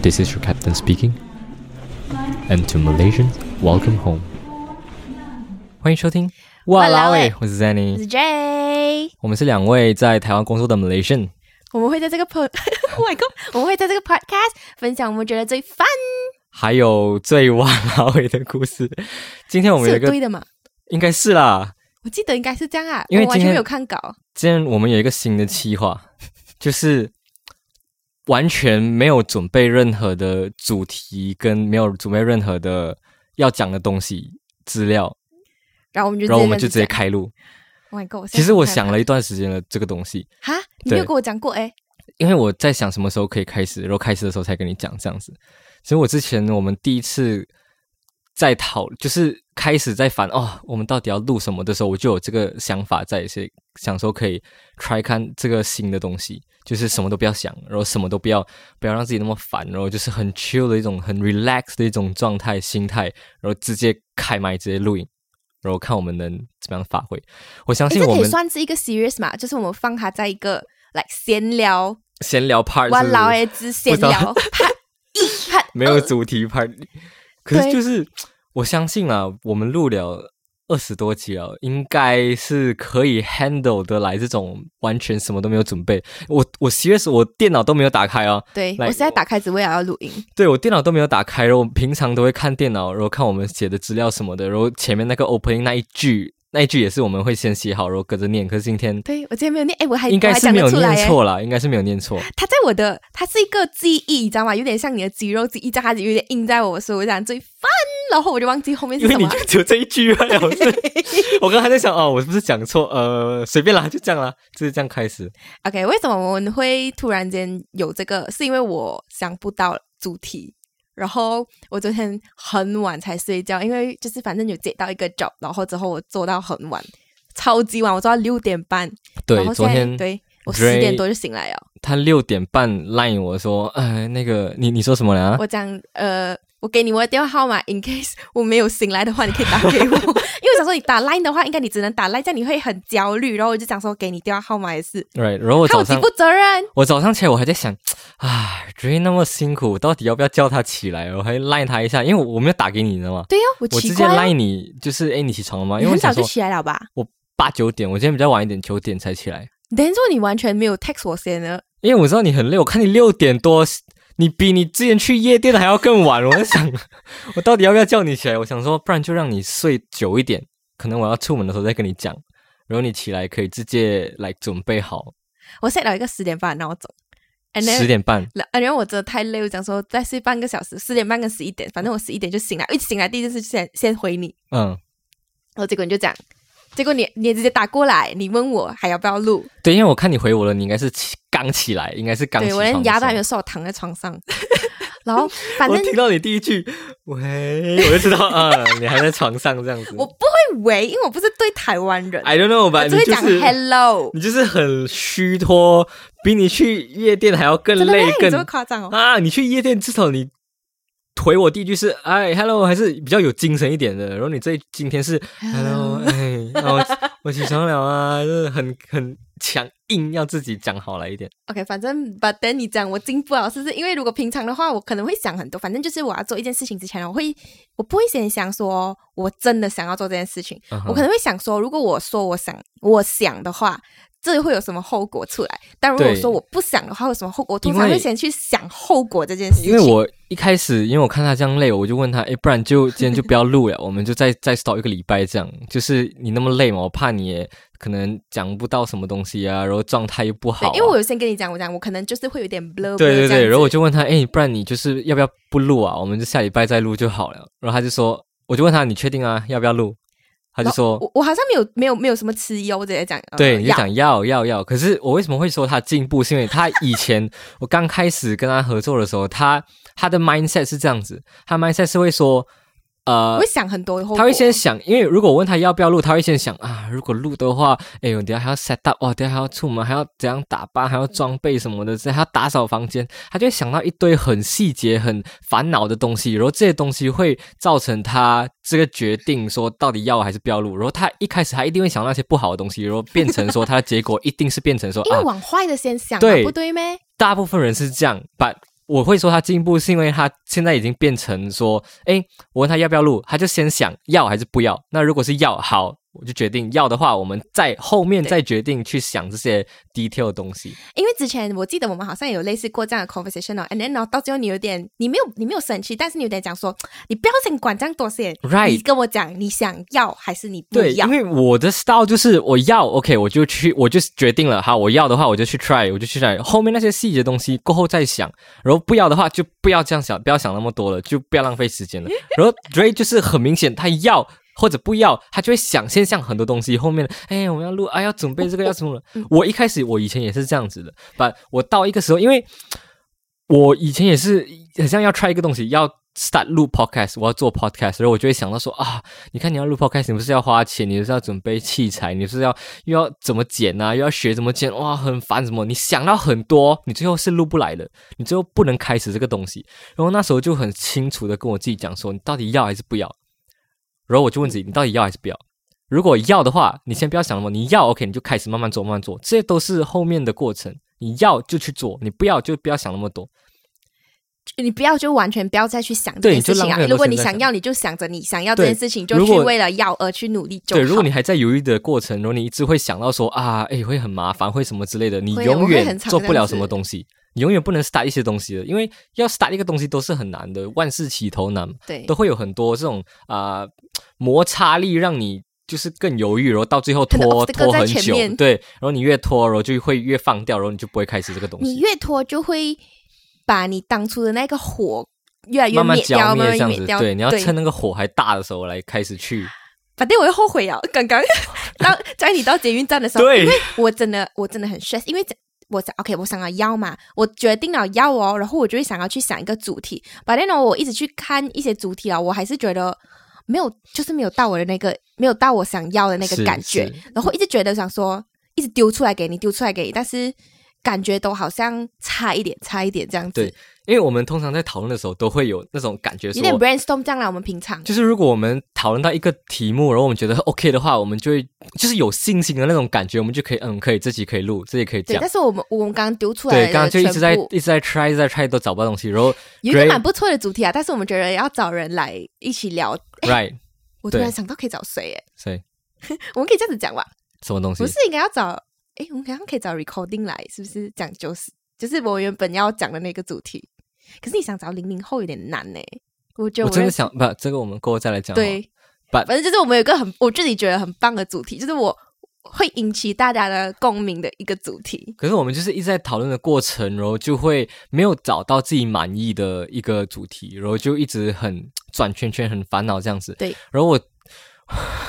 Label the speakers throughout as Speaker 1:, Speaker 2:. Speaker 1: This is your captain speaking. And to Malaysians, welcome home. 欢迎收听，
Speaker 2: 哇啦喂
Speaker 1: 我是
Speaker 2: 我
Speaker 1: Zanny，
Speaker 2: 是 J，
Speaker 1: 我们是两位在台湾工作的 Malaysian。
Speaker 2: 我们会在这个 pod，Oh my god，我们会在这个 podcast 分享我们觉得最 fun
Speaker 1: 还有最哇啦喂的故事，今天我们
Speaker 2: 是
Speaker 1: 有一
Speaker 2: 有
Speaker 1: 个
Speaker 2: 对的嘛？
Speaker 1: 应该是啦，
Speaker 2: 我记得应该是这样啊，
Speaker 1: 因为
Speaker 2: 我完
Speaker 1: 今
Speaker 2: 全
Speaker 1: 天
Speaker 2: 没有看稿，
Speaker 1: 今天我们有一个新的计划，就是完全没有准备任何的主题，跟没有准备任何的要讲的东西资料，
Speaker 2: 然后我们就
Speaker 1: 然后我们就直
Speaker 2: 这
Speaker 1: 接
Speaker 2: 样子
Speaker 1: 开录。
Speaker 2: 讲。Oh my god！
Speaker 1: 其实我想了一段时间了这个东西，
Speaker 2: 哈，你没有
Speaker 1: 对
Speaker 2: 跟我讲过哎，
Speaker 1: 因为我在想什么时候可以开始，然后开始的时候才跟你讲这样子。其实我之前我们第一次在讨，就是开始在烦哦，我们到底要录什么的时候，我就有这个想法在，是想说可以 try 看这个新的东西，就是什么都不要想，然后什么都不要，不要让自己那么烦，然后就是很 chill 的一种很 relax 的一种状态、心态，然后直接开麦直接录影，然后看我们能怎么样发挥。我相
Speaker 2: 诶
Speaker 1: 信
Speaker 2: 这
Speaker 1: 我
Speaker 2: 可以
Speaker 1: 们
Speaker 2: 算是一个 serious 嘛？就是我们放它在一个 like 闲聊，
Speaker 1: 闲聊 part
Speaker 2: 哇
Speaker 1: 啊是
Speaker 2: 啦喂之闲
Speaker 1: 不
Speaker 2: 聊
Speaker 1: 知道
Speaker 2: part 一 part
Speaker 1: 没有
Speaker 2: 二
Speaker 1: 主题 part，可是
Speaker 2: 对
Speaker 1: 就是我相信啊，我们录了二十多集了，应该是可以 handle 得来这种完全什么都没有准备。我我 serious，我电脑都没有打开啊，
Speaker 2: 对
Speaker 1: 来
Speaker 2: 我现在打开只为了要录音，
Speaker 1: 对我电脑都没有打开，然后我平常都会看电脑，然后看我们写的资料什么的，然后前面那个 opening 那一句。那一句也是我们会先写好，然后跟着念。可是今天
Speaker 2: 对我今天没有念，哎，我还
Speaker 1: 应该
Speaker 2: 我还
Speaker 1: 是
Speaker 2: 讲
Speaker 1: 没有
Speaker 2: 得出来
Speaker 1: 念
Speaker 2: 诶
Speaker 1: 错啦，应该是没有念错。
Speaker 2: 它在我的，它是一个记忆，你知道吗？有点像你的肌肉记忆，但它有点印在我，所以我讲最烦，然后我就忘记后面
Speaker 1: 因
Speaker 2: 是
Speaker 1: 为
Speaker 2: 什
Speaker 1: 你
Speaker 2: 么
Speaker 1: 就。只有这一句啊，我 是我刚才在想哦，我是不是讲错？呃，随便啦，就这样啦，就是这样开始。
Speaker 2: OK，为什么我们会突然间有这个？是因为我想不到主题，然后我昨天很晚才睡觉，因为就是反正有接到一个 job，然后之后我做到很晚，超级晚，我做到六点半。
Speaker 1: 对
Speaker 2: 然，后
Speaker 1: 昨
Speaker 2: 现在
Speaker 1: 天
Speaker 2: 对我
Speaker 1: Dre-
Speaker 2: 十点多就醒来了。
Speaker 1: 他六点半 line 我说，呃，那个你你说什么来 啊？
Speaker 2: 我讲呃，我给你我的电话号码，in case 我没有醒来的话，你可以打给 我。因为我想说你打 Line 的话，应该你只能打 Line，这样你会很焦虑。然后我就想说给你电话号码也是，
Speaker 1: right，然后我
Speaker 2: 看
Speaker 1: 早
Speaker 2: 我极
Speaker 1: 上
Speaker 2: 不责任。
Speaker 1: 我早上起来我还在想，唉 d 那么辛苦，到底要不要叫他起来？我还 line 他一下，因为我我没有打给你，你知道吗？
Speaker 2: 对呀、我
Speaker 1: 我
Speaker 2: 奇
Speaker 1: 直接
Speaker 2: 怪、啊，
Speaker 1: line 你，就是哎，你起床了吗？
Speaker 2: 你
Speaker 1: 因为我
Speaker 2: 很早
Speaker 1: 想
Speaker 2: 就
Speaker 1: 说
Speaker 2: 起来了吧？
Speaker 1: 八九点，我今天比较晚一点，九点才起来。
Speaker 2: 等于说你完全没有 text 我先呢。
Speaker 1: 因为我知道你很累，我看你六点多，你比你之前去夜店的还要更晚。我在想，我到底要不要叫你起来？我想说，不然就让你睡久一点，可能我要出门的时候再跟你讲，然后你起来可以直接来准备好
Speaker 2: 我 set 了一个十点半闹钟，and
Speaker 1: 十
Speaker 2: then
Speaker 1: 点半。
Speaker 2: 然后因为我真的太累，我讲说再睡半个小时，十点半跟十一点，反正我十一点就醒来，一醒来第一件事先先回你，
Speaker 1: 嗯，
Speaker 2: 然后结果你就讲，结果你你也直接打过来，你问我还要不要录，
Speaker 1: 对，因为我看你回我了，你应该是起刚起来，应该是刚起
Speaker 2: 对
Speaker 1: 床
Speaker 2: 我
Speaker 1: 的时候。
Speaker 2: 连牙都还没有刷，我躺在床上， 然后反
Speaker 1: 我
Speaker 2: 正
Speaker 1: 听到你第一句“喂”，我就知道，嗯，你还在床上这 样子。
Speaker 2: 我不会喂，因为我不是对台湾人，
Speaker 1: I don't know 吧，
Speaker 2: 我只
Speaker 1: 哎嗯你
Speaker 2: 会
Speaker 1: 就
Speaker 2: 讲
Speaker 1: 是
Speaker 2: hello，
Speaker 1: 你就是很虚脱，比你去夜店还要更
Speaker 2: 真的
Speaker 1: 累
Speaker 2: 咩，你
Speaker 1: 更
Speaker 2: 这么夸张哦？
Speaker 1: 啊，你去夜店至少你回我第一句是哎 hello，还是比较有精神一点的。然后你这今天是 hello，哎，啊我我起床了啊，就是很很强硬要自己讲好来一点。
Speaker 2: OK，反正 but then 你讲我进步了，是不是？因为如果平常的话，我可能会想很多。反正就是我要做一件事情之前，我会我不会先想说我真的想要做这件事情，
Speaker 1: 嗯哼
Speaker 2: 我可能会想说，如果我说我想我想的话，这会有什么后果出来？但如果我
Speaker 1: 对
Speaker 2: 说我不想的话，会有什么后果？我通
Speaker 1: 因
Speaker 2: 常
Speaker 1: 为
Speaker 2: 会先去想后果这件事情。
Speaker 1: 因为我一开始，因为我看他这样累，我就问他，哎，不然就今天就不要录了，我们就再再 stop 一个礼拜这样。就是你那么累嘛，我怕你也可能讲不到什么东西啊，然后状态又不好、
Speaker 2: 对
Speaker 1: 啊，。
Speaker 2: 因为我有先跟你讲，我讲我可能就是会有点
Speaker 1: 对对
Speaker 2: blur，blur 这
Speaker 1: 对，
Speaker 2: 样子
Speaker 1: 然后我就问他，哎，不然你就是要不要不录啊？我们就下礼拜再录就好了。然后他就说，我就问他，你确定啊？要不要录？他就
Speaker 2: 然后
Speaker 1: 说，
Speaker 2: 我我好像没有没有没有什么吃忧，我直接讲呃
Speaker 1: 对，你就
Speaker 2: 要
Speaker 1: 讲要要要。可是我为什么会说他进步？是因为他以前我刚开始跟他合作的时候，他他的 mindset 是这样子，他 mindset 是会说，
Speaker 2: 我
Speaker 1: 呃
Speaker 2: 会。想很多后果，
Speaker 1: 他会先想，因为如果我问他要不要录，他会先想啊，如果录的话，哎呦，等一下还要 set up，哇，等一下还要出门，还要怎样打扮，还要装备什么的，还要打扫房间，他就会想到一堆很细节、很烦恼的东西，然后这些东西会造成他这个决定说到底要还是不要录，然后他一开始他一定会想到那些不好的东西，然后变成说 他的结果一定是变成说
Speaker 2: 因为
Speaker 1: 啊，
Speaker 2: 往坏的先想嘛，
Speaker 1: 对
Speaker 2: 不对咩？
Speaker 1: 大部分人是这样，把我会说他进步，是因为他现在已经变成说，诶，我问他要不要录，他就先想要还是不要。那如果是要，好，我就决定要的话，我们在后面再决定去想这些 detail 的东西。
Speaker 2: 因为之前我记得我们好像有类似过这样的 conversation 哦，and then 然后到最后你有点你没有你没有生气，但是你有点讲说你不要先管这样多些
Speaker 1: Right
Speaker 2: 你跟我讲你想要还是你不
Speaker 1: 对，
Speaker 2: 要
Speaker 1: 因，为我的 style 就是我要 OK，我就去，我就决定了，好，我要的话我就去 try，我就去 try，后面那些细节的东西过后再想，然后不要的话就不要这样想，不要想那么多了，就不要浪费时间了。然后 Dre 就是很明显，他要或者不要，他就会想先想很多东西，后面哎我们要录，哎要准备这个要什么了。我一开始我以前也是这样子的，把我到一个时候，因为我以前也是很像要 try 一个东西，要 start 录 podcast，我要做 podcast，然后我就会想到说啊，你看你要录 podcast，你不是要花钱，你不是要准备器材，你不是要又要怎么剪啊，又要学怎么剪，哇，很烦什么？你想到很多，你最后是录不来的，你最后不能开始这个东西。然后那时候就很清楚的跟我自己讲说，你到底要还是不要？然后我就问自己，你到底要还是不要？如果要的话，你先不要想什么，你要 OK，你就开始慢慢做，慢慢做，这些都是后面的过程。你要就去做，你不要就不要想那么多。
Speaker 2: 你不要就完全不要再去想这
Speaker 1: 对
Speaker 2: 件事
Speaker 1: 就
Speaker 2: 情
Speaker 1: 浪
Speaker 2: 啊
Speaker 1: 费很。多
Speaker 2: 如果你
Speaker 1: 时间在
Speaker 2: 想
Speaker 1: 想
Speaker 2: 要，你就想着你想要这件
Speaker 1: 对
Speaker 2: 事情，就
Speaker 1: 如
Speaker 2: 去
Speaker 1: 果
Speaker 2: 为了要而去努力就好。
Speaker 1: 对，如果你还在犹豫的过程，然后你一直会想到说啊，哎，会很麻烦，会什么之类的，你
Speaker 2: 会
Speaker 1: 永
Speaker 2: 我会
Speaker 1: 远
Speaker 2: 很常
Speaker 1: 做不
Speaker 2: 这样
Speaker 1: 了
Speaker 2: 子
Speaker 1: 什么东西，你永远不能 start 一些东西的，因为要 start 一个东西都是很难的，万事起头难，
Speaker 2: 对
Speaker 1: 都会有很多这种啊、摩擦力让你。就是更犹豫，然后到最后
Speaker 2: 很
Speaker 1: 拖
Speaker 2: 多 obstacle
Speaker 1: 拖
Speaker 2: 在
Speaker 1: 很
Speaker 2: 前
Speaker 1: 久，
Speaker 2: 面
Speaker 1: 对，然后你越拖，然后就会越放掉，然后你就不会开始这个东
Speaker 2: 你
Speaker 1: 西。
Speaker 2: 越拖，就会把你当初的那个火越来越
Speaker 1: 慢慢
Speaker 2: 灭
Speaker 1: 浇
Speaker 2: 掉，
Speaker 1: 灭
Speaker 2: 慢
Speaker 1: 这
Speaker 2: 慢
Speaker 1: 样
Speaker 2: 灭
Speaker 1: 子，
Speaker 2: 掉。
Speaker 1: 对，你要趁那个火还大的时候来开始去。
Speaker 2: 反正我会后悔啊！刚刚 当在你到捷运站的时候，
Speaker 1: 对
Speaker 2: 因为我真的我真的很 stress，因为这我想 OK，我想要要嘛，我决定了要哦，然后我就会想要去想一个主题。反正呢，我一直去看一些主题啊，我还是觉得没有，就是没有到我的那个，没有到我想要的那个
Speaker 1: 是
Speaker 2: 感觉
Speaker 1: 是，
Speaker 2: 然后一直觉得想说，一直丢出来给你，丢出来给你，但是感觉都好像差一点，差一点这样子
Speaker 1: 对，因为我们通常在讨论的时候都会有那种感觉说，
Speaker 2: 有点 brainstorm 这样啦。我们平常
Speaker 1: 就是如果我们讨论到一个题目，然后我们觉得 OK 的话，我们就会就是有信心的那种感觉，我们就可以嗯，可以这集可以录，这集可以
Speaker 2: 对，
Speaker 1: 讲
Speaker 2: 哎但。是我们我们刚刚丢出来的
Speaker 1: 对，刚刚就一直在
Speaker 2: 全部
Speaker 1: 一直在 try，一直在 try 都找不到东西，然 后
Speaker 2: 有一个
Speaker 1: Great
Speaker 2: 蛮不错的主题啊，但是我们觉得要找人来一起聊。
Speaker 1: right
Speaker 2: 我突然
Speaker 1: 对
Speaker 2: 想到可以找谁？哎，
Speaker 1: 所以
Speaker 2: 我们可以这样子讲吧？
Speaker 1: 什么东西
Speaker 2: 不？是应该要找？哎，我们刚刚可以找 recording 来，是不是讲就是就是我原本要讲的那个主题？可是你想找零零后有点难呢。我觉得
Speaker 1: 我
Speaker 2: 我
Speaker 1: 真的
Speaker 2: 认
Speaker 1: 想不，这个我们过后再来讲。，
Speaker 2: 对，
Speaker 1: But-
Speaker 2: 反正就是我们有一个很我自己觉得很棒的主题，就是我会引起大家的共鸣的一个主题。
Speaker 1: 可是我们就是一直在讨论的过程，然后就会没有找到自己满意的一个主题，然后就一直很转圈圈，很烦恼这样子。
Speaker 2: 对，
Speaker 1: 然后我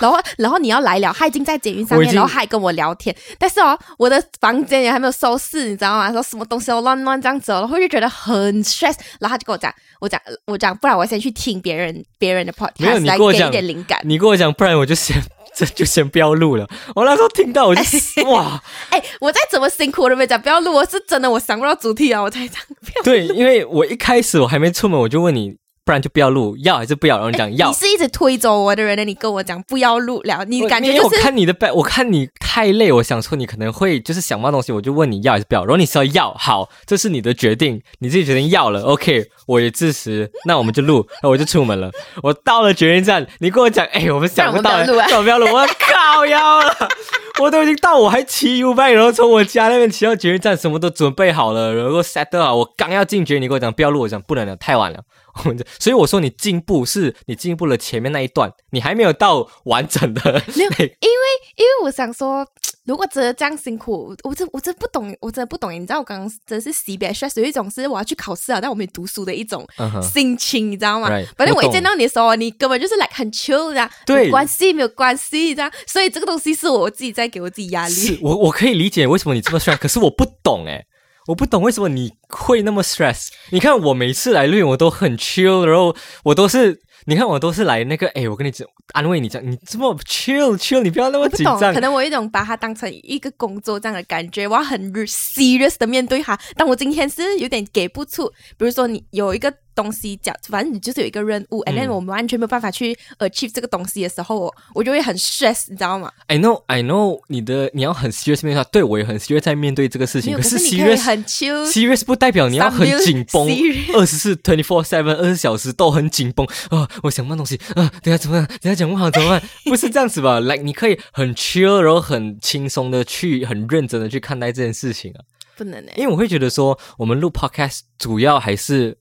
Speaker 2: 然后，然后你要来聊，他已经在捷运上
Speaker 1: 我已
Speaker 2: 面，
Speaker 1: 经
Speaker 2: 然后还跟我聊天，但是哦，我的房间也还没有收拾，你知道吗？说什么东西都乱乱这样子哦，然后就觉得很 stress。然后他就跟我讲，我讲，我讲，不然我先去听别人别人的
Speaker 1: 没有
Speaker 2: podcast
Speaker 1: 你
Speaker 2: 来
Speaker 1: 跟我
Speaker 2: 给一
Speaker 1: 讲
Speaker 2: 点灵感。
Speaker 1: 你跟我讲，不然我就先 这就先不要录了。我那时候听 到我就哇。
Speaker 2: 哎，我再怎么辛苦我都没讲，不要录，我是真的我想不到主题啊，我才讲不 要。
Speaker 1: 对，因为我一开始我还没出门，我就问你，不然就不要录，要还是不要？然后你 讲要
Speaker 2: 你，是一直推走我的人呢，你跟我讲不要录了，你
Speaker 1: 我
Speaker 2: 感觉
Speaker 1: 因为
Speaker 2: 就
Speaker 1: 我
Speaker 2: 是
Speaker 1: 看你的背，我看你太累，我想说你可能会就是想不到东西，我就问你要还是不要，然后你说要，好，这是你的决定，你自己决定要了，OK，我也支持，那我们就录，那我就出门了。我到了决定站，你跟我讲，哎、我们想到了，
Speaker 2: 不然
Speaker 1: 那我不要录，我靠腰了。 我都已经到，我还骑 U bike，然后从我家那边骑到捷运站，什么都准备好了，然后 set 好，我刚要进捷运，你跟我讲不要录，我讲不能了，太晚了。 我们就所以我说你进步是你进步了前面那一段，你还没有到完整的
Speaker 2: 没有
Speaker 1: 那
Speaker 2: 因为我想说，如果真的这样辛苦，我真我真不懂，我真的不懂。你知道我刚刚真的是 C B S 有一种是我要去考试啊，但我没读书的一种
Speaker 1: 嗯哼
Speaker 2: 心情，你知道吗
Speaker 1: Right，？
Speaker 2: 反正
Speaker 1: 我
Speaker 2: 我
Speaker 1: 懂
Speaker 2: 一见到你的时候，啊你根本就是 like 很 chill 的啊，
Speaker 1: 对
Speaker 2: 没关系，没有关系，这样。所以这个东西是我自己在给我自己压
Speaker 1: 是
Speaker 2: 力。
Speaker 1: 我我可以理解为什么你这么 stress，可是我不懂哎、我不懂为什么你会那么 stress。你看我每次来录影我都很 chill，然后我都是。你看，我都是来那个，哎、我跟你讲，安慰你讲，你这么 chill chill，你不要那么
Speaker 2: 我不
Speaker 1: 紧
Speaker 2: 懂，
Speaker 1: 张
Speaker 2: 可。能我有一种把它当成一个工作这样的感觉，我要很 serious 的面对它。但我今天是有点给不出，比如说你有一个东西讲，反正你就是有一个任务、a
Speaker 1: 嗯
Speaker 2: n d then 我们完全没有办法去 achieve 这个东西的时候，我我就会很 stress，你知道吗？
Speaker 1: I know, I know，你的你要很 serious 面对它，对我也很 serious 在面对这个事
Speaker 2: 没
Speaker 1: 情。
Speaker 2: 有，
Speaker 1: 是
Speaker 2: 你可以
Speaker 1: serious
Speaker 2: 很 chill，
Speaker 1: serious 不代表你要很
Speaker 2: Some real
Speaker 1: 紧绷
Speaker 2: serious，
Speaker 1: 二十四 twenty four seven 二十小时都很紧绷啊！我想办东西啊，等一下怎么办？等一下讲不好怎么办？ 不是这样子吧？Like 你可以很 chill，然后很轻松的去，很认真的去看待这件事情啊。
Speaker 2: 不能哎、
Speaker 1: 因为我会觉得说，我们录 podcast 主要还是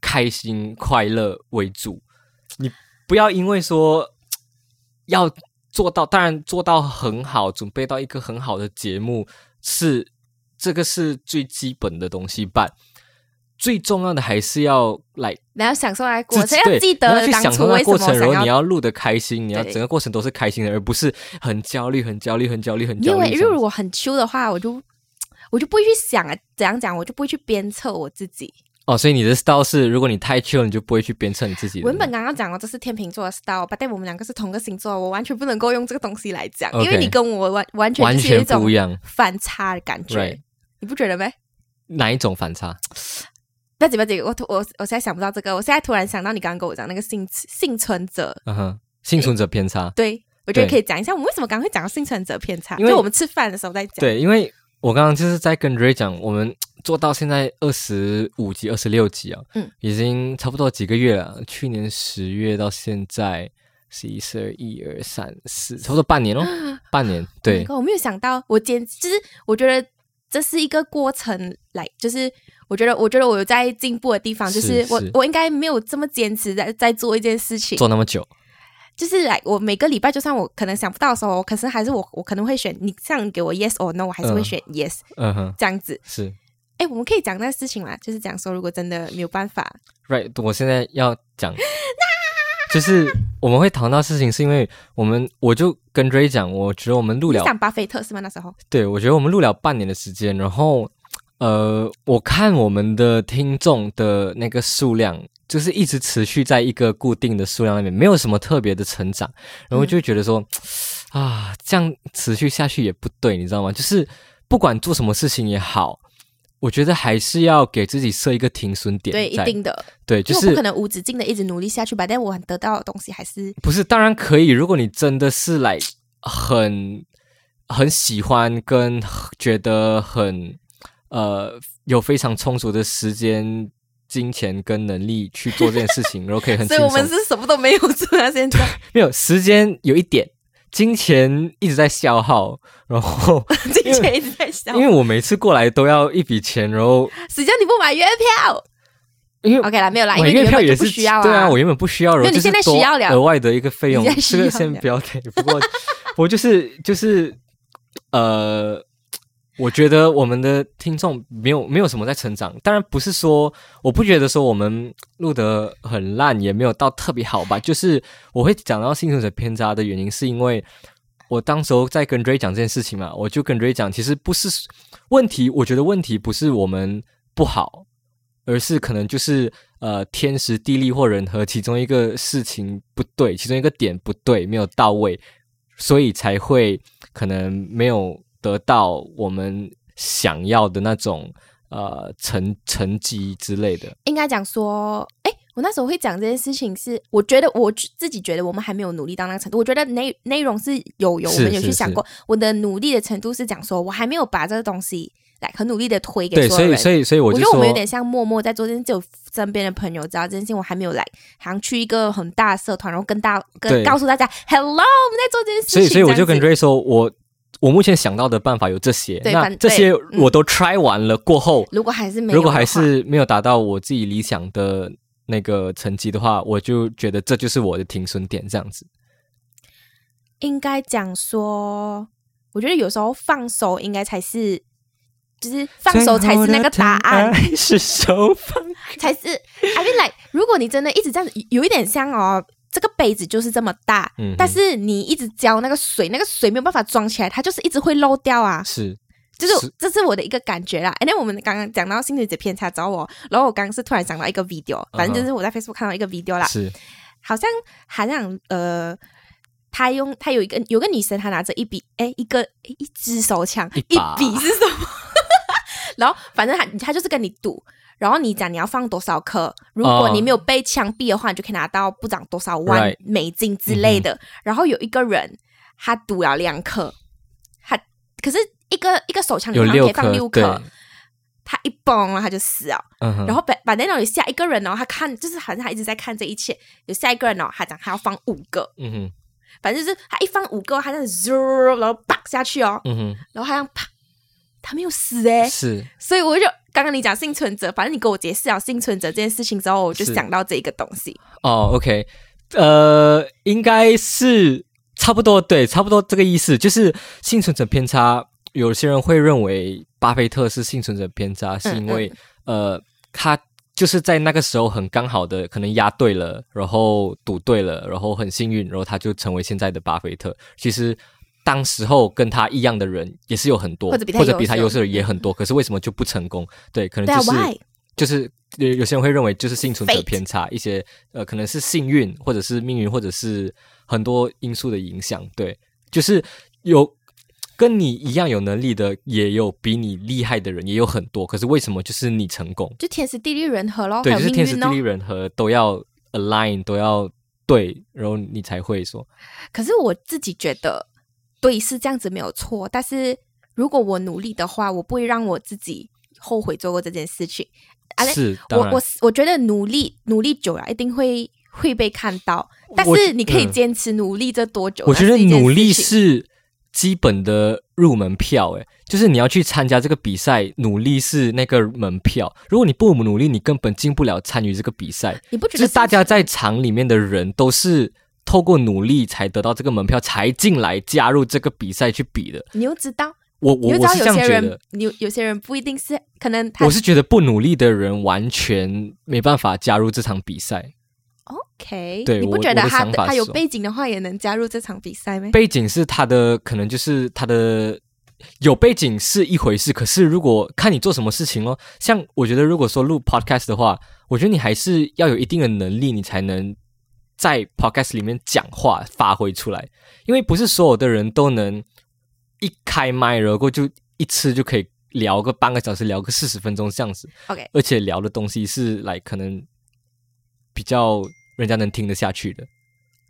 Speaker 1: 开心快乐为主，你不要因为说要做到，当然做到很好，准备到一个很好的节目是这个是最基本的东西吧。最重要的还是要来
Speaker 2: 然后享受那个过
Speaker 1: 自己，
Speaker 2: 程要
Speaker 1: 对，
Speaker 2: 记
Speaker 1: 你要
Speaker 2: 得
Speaker 1: 去
Speaker 2: 当
Speaker 1: 享
Speaker 2: 初
Speaker 1: 受那
Speaker 2: 为
Speaker 1: 个
Speaker 2: 什
Speaker 1: 过
Speaker 2: 么
Speaker 1: 程，然后
Speaker 2: 想
Speaker 1: 你要录的开心，你要
Speaker 2: 对
Speaker 1: 整个过程都是开心的，而不是很焦虑、很焦虑、很焦虑、很
Speaker 2: 因
Speaker 1: 焦
Speaker 2: 为
Speaker 1: 虑这
Speaker 2: 因
Speaker 1: 样
Speaker 2: 为
Speaker 1: 子。
Speaker 2: 如果很 chill 的话，我就我就不会去想啊，怎样讲，我就不会去鞭策我自己。
Speaker 1: 哦，所以你的 style 是，如果你太 chill，你就不会去鞭策你自己的。
Speaker 2: 我原本刚刚讲哦，这是天秤座的 style，但我们两个是同个星座，我完全不能够用这个东西来讲
Speaker 1: OK
Speaker 2: 因为你跟我完完全
Speaker 1: 完
Speaker 2: 就是有一
Speaker 1: 全
Speaker 2: 种
Speaker 1: 不一样
Speaker 2: 反差的感觉
Speaker 1: Right
Speaker 2: 你不觉得吗？
Speaker 1: 哪一种反差？
Speaker 2: 不要紧不要紧，我突我我现在想不到这个，我现在突然想到你刚刚跟我讲那个幸幸存者，
Speaker 1: 嗯哼，幸存者偏差。
Speaker 2: 对我觉得
Speaker 1: 对
Speaker 2: 可以讲一下我们为什么刚刚会讲到幸存者偏差，
Speaker 1: 因为
Speaker 2: 就我们吃饭的时候在讲，
Speaker 1: 对，因为我刚刚就是在跟 Ray 讲，我们做到现在二十五集、二十六集啊，
Speaker 2: 嗯，
Speaker 1: 已经差不多几个月了。去年十月到现在，十一、十二、一二、三四，差不多半 年咯，半年。
Speaker 2: Oh
Speaker 1: 对
Speaker 2: my，God，我没有想到，我简直就是我觉得这是一个过程来，就是我觉得我觉得我有在进步的地方，就是是我
Speaker 1: 是
Speaker 2: 我应该没有这么坚持在在做一件事情，
Speaker 1: 做那么久，
Speaker 2: 就是来我每个礼拜就算我可能想不到的时候，可是还是我我可能会选你像你给我 yes or no，我还是会
Speaker 1: 嗯
Speaker 2: 选 yes、
Speaker 1: 嗯哼，
Speaker 2: 这样子。
Speaker 1: 是。
Speaker 2: 哎，我们可以讲那事情嘛，就是讲说如果真的没有办法，
Speaker 1: Right，我现在要讲，就是我们会谈到事情，是因为我们我就跟 Ray 讲，我觉得我们录
Speaker 2: 你
Speaker 1: 了
Speaker 2: 讲巴菲特是吗？那时候
Speaker 1: 对，我觉得我们录了半年的时间，然后呃，我看我们的听众的那个数量，就是一直持续在一个固定的数量那边，没有什么特别的成长，然
Speaker 2: 嗯
Speaker 1: 后就会觉得说、啊，这样持续下去也不对，你知道吗？就是不管做什么事情也好。我觉得还是要给自己设一个停损点在，
Speaker 2: 对，一定的，
Speaker 1: 对，就
Speaker 2: 因为
Speaker 1: 是
Speaker 2: 我不可能无止境的一直努力下去吧，但我得到的东西还是
Speaker 1: 不是，当然可以。如果你真的是来很很喜欢，跟觉得很呃有非常充足的时间、金钱跟能力去做这件事情，然后可以很
Speaker 2: 所
Speaker 1: 轻
Speaker 2: 以我
Speaker 1: 松。
Speaker 2: 们是什么都没有做到现在。
Speaker 1: 没有时间有一点，金钱一直在消耗，然后
Speaker 2: 金钱一直在 消
Speaker 1: 因。为我每次过来都要一笔钱，然后
Speaker 2: 谁叫你不买月票
Speaker 1: 因为
Speaker 2: ？OK 啦，没有啦，因
Speaker 1: 买
Speaker 2: 为你
Speaker 1: 月
Speaker 2: 原
Speaker 1: 票
Speaker 2: 本
Speaker 1: 也
Speaker 2: 就是不需要
Speaker 1: 对啊，我
Speaker 2: 我
Speaker 1: 原本不需要，然后
Speaker 2: 没有你
Speaker 1: 就是
Speaker 2: 现在需
Speaker 1: 多
Speaker 2: 要了
Speaker 1: 额外的一个费用
Speaker 2: 你现，在需
Speaker 1: 这个
Speaker 2: 要
Speaker 1: 先
Speaker 2: 了
Speaker 1: 不要给。不过我就是就是呃，我觉得我们的听众没有没有什么在成长，当然不是说我不觉得说我们录得很烂，也没有到特别好吧。就是我会讲到幸存者偏差的原因，是因为我当时候在跟 Ray 讲这件事情嘛，我就跟 Ray 讲，其实不是问题，我觉得问题不是我们不好，而是可能就是呃天时地利或人和其中一个事情不对，其中一个点不对，没有到位，所以才会可能没有得到我们想要的那种呃成成绩之类的。
Speaker 2: 应该讲说，哎，我那时候会讲这件事情是，我觉得我自己觉得我们还没有努力到那个程度。我觉得内内容是有有，我
Speaker 1: 是
Speaker 2: 们有去
Speaker 1: 是
Speaker 2: 想过，我的努力的程度是讲说我还没有把这个东西来很努力的推给
Speaker 1: 对，
Speaker 2: 所
Speaker 1: 所
Speaker 2: 有
Speaker 1: 以
Speaker 2: 人。
Speaker 1: 所以所以我
Speaker 2: 我
Speaker 1: 就
Speaker 2: 觉得我
Speaker 1: 说
Speaker 2: 们有点像默默在做这件事，只有身边的朋友知道这件事情，我还没有来，好像去一个很大的社团，然后跟大跟
Speaker 1: 对
Speaker 2: 告诉大家，Hello，我们在做这件事情。
Speaker 1: 所以，所以我就
Speaker 2: 这样
Speaker 1: 跟 Ray
Speaker 2: 子
Speaker 1: 说，我我目前想到的办法有这些，
Speaker 2: 对
Speaker 1: 那
Speaker 2: 反
Speaker 1: 这些
Speaker 2: 对嗯
Speaker 1: 我都 try 完了过后，
Speaker 2: 如果还是没有，
Speaker 1: 如果还。是没有达到我自己理想的那个成绩的话，我就觉得这就是我的停损点，这样子。
Speaker 2: 应该讲说，我觉得有时候放手应该才是，就是放手才是那个 答
Speaker 1: 最后
Speaker 2: 案，
Speaker 1: 的疼爱是手放。
Speaker 2: 才是。I mean like，如果你真的一直这样子，有一点像哦，这个杯子就是这么大，
Speaker 1: 嗯哼
Speaker 2: 但是你一直浇那个水，那个水没有办法装起来，它就是一直会漏掉啊。
Speaker 1: 是
Speaker 2: 就是
Speaker 1: 是
Speaker 2: 这是我的一个感觉啦。哎，那我们刚刚讲到性女子偏差之后哦，然后我刚刚是突然想到一个 video，反正就是
Speaker 1: 嗯
Speaker 2: 我在 Facebook 看到一个 video 啦，
Speaker 1: 是，
Speaker 2: 好像好像呃，他用他有一个有个女生，她拿着一笔哎一个诶一支手枪，
Speaker 1: 一
Speaker 2: 一
Speaker 1: 把
Speaker 2: 笔是什么？然后反正他他就是跟你赌，然后你讲你要放多少颗，如果你没有被枪毙的话，你就可以拿到不知道多少万
Speaker 1: 哦 Right 嗯
Speaker 2: 美金之类的。然后有一个人他赌了两颗，他可是一个一个手枪里
Speaker 1: 有
Speaker 2: 面嗯可
Speaker 1: 六
Speaker 2: 以放
Speaker 1: 颗，
Speaker 2: 六
Speaker 1: 对，
Speaker 2: 颗，他一崩了他就死了。
Speaker 1: 嗯哼，
Speaker 2: 然后摆摆在那里下一个人哦，他看就是好像他一直在看这一切。有下一个人哦，他讲他要放五个，
Speaker 1: 嗯哼，
Speaker 2: 反正就是他一放五个，哦他那样 zoom 然后啪下去哦，
Speaker 1: 嗯
Speaker 2: 然后他这样啪，他没有死哎、
Speaker 1: 哼，是
Speaker 2: 所以我就刚刚你讲幸存者，反正你跟我解释了幸存者这件事情之后，我就是想到这一个东西。
Speaker 1: 哦，OK，呃，应该是差不多，对，差不多这个意思，就是幸存者偏差。有些人会认为巴菲特是幸存者偏差，是因为、
Speaker 2: 嗯
Speaker 1: 呃，他就是在那个时候很刚好的可能押对了，然后赌对了，然后很幸运，然后他就成为现在的巴菲特。其实。当时候跟他一样的人也是有很多，
Speaker 2: 或者比他优
Speaker 1: 优
Speaker 2: 秀
Speaker 1: 秀
Speaker 2: 嗯
Speaker 1: 的也很多，可是为什么就不成功？对，可能
Speaker 2: 对啊
Speaker 1: 就是
Speaker 2: ，why？
Speaker 1: 就是有有些人会认为就是幸存者
Speaker 2: Fate
Speaker 1: 偏差，一些呃可能是幸运或者是命运或者是很多因素的影响，对，就是有跟你一样有能力的，也有比你厉害的人，也有很多，可是为什么就是你成功？
Speaker 2: 就天时地利人和咯，还
Speaker 1: 对，
Speaker 2: 有
Speaker 1: 就是
Speaker 2: 命
Speaker 1: 天时
Speaker 2: 运
Speaker 1: 地
Speaker 2: 哦
Speaker 1: 利。人和都要 align，都要对，然后你才会说，
Speaker 2: 可是我自己觉得，对，是这样子没有错。但是如果我努力的话，我不会让我自己后悔做过这件事情。啊，
Speaker 1: 是，
Speaker 2: 我
Speaker 1: 当然
Speaker 2: 我我觉得努力努力久了，一定会会被看到。但
Speaker 1: 我
Speaker 2: 是你可以
Speaker 1: 嗯
Speaker 2: 坚持努力这多久？
Speaker 1: 我觉得
Speaker 2: 那是一件
Speaker 1: 努力
Speaker 2: 事情
Speaker 1: 是基本的入门票，诶，就是你要去参加这个比赛，努力是那个门票。如果你不努力，你根本进不了参与这个比赛。
Speaker 2: 你不觉
Speaker 1: 就
Speaker 2: 得
Speaker 1: 是大家在场里面的人都是透过努力才得到这个门票，才进来加入这个比赛去比的。
Speaker 2: 你又知道，
Speaker 1: 我
Speaker 2: 你
Speaker 1: 我
Speaker 2: 又知
Speaker 1: 我
Speaker 2: 道
Speaker 1: 是这
Speaker 2: 有
Speaker 1: 样
Speaker 2: 些
Speaker 1: 觉
Speaker 2: 人
Speaker 1: 得，，
Speaker 2: 有有些人不一定是，可能他
Speaker 1: 我是觉得不努力的人完全没办法加入这场比赛。
Speaker 2: OK，
Speaker 1: 对
Speaker 2: 你
Speaker 1: 我
Speaker 2: 不觉得
Speaker 1: 我的
Speaker 2: 他
Speaker 1: 想法
Speaker 2: 他
Speaker 1: 是
Speaker 2: 有
Speaker 1: 哦
Speaker 2: 背景的话也能加入这场比赛吗？
Speaker 1: 背景是他的，可能就是他的有背景是一回事，可是如果看你做什么事情咯，像我觉得如果说录 podcast 的话，我觉得你还是要有一定的能力，你才能在 podcast 里面讲话发挥出来，因为不是所有的人都能一开麦然后就一次就可以聊个半个小时，聊个四十分钟这样子，
Speaker 2: OK
Speaker 1: 而且聊的东西是来可能比较人家能听得下去的，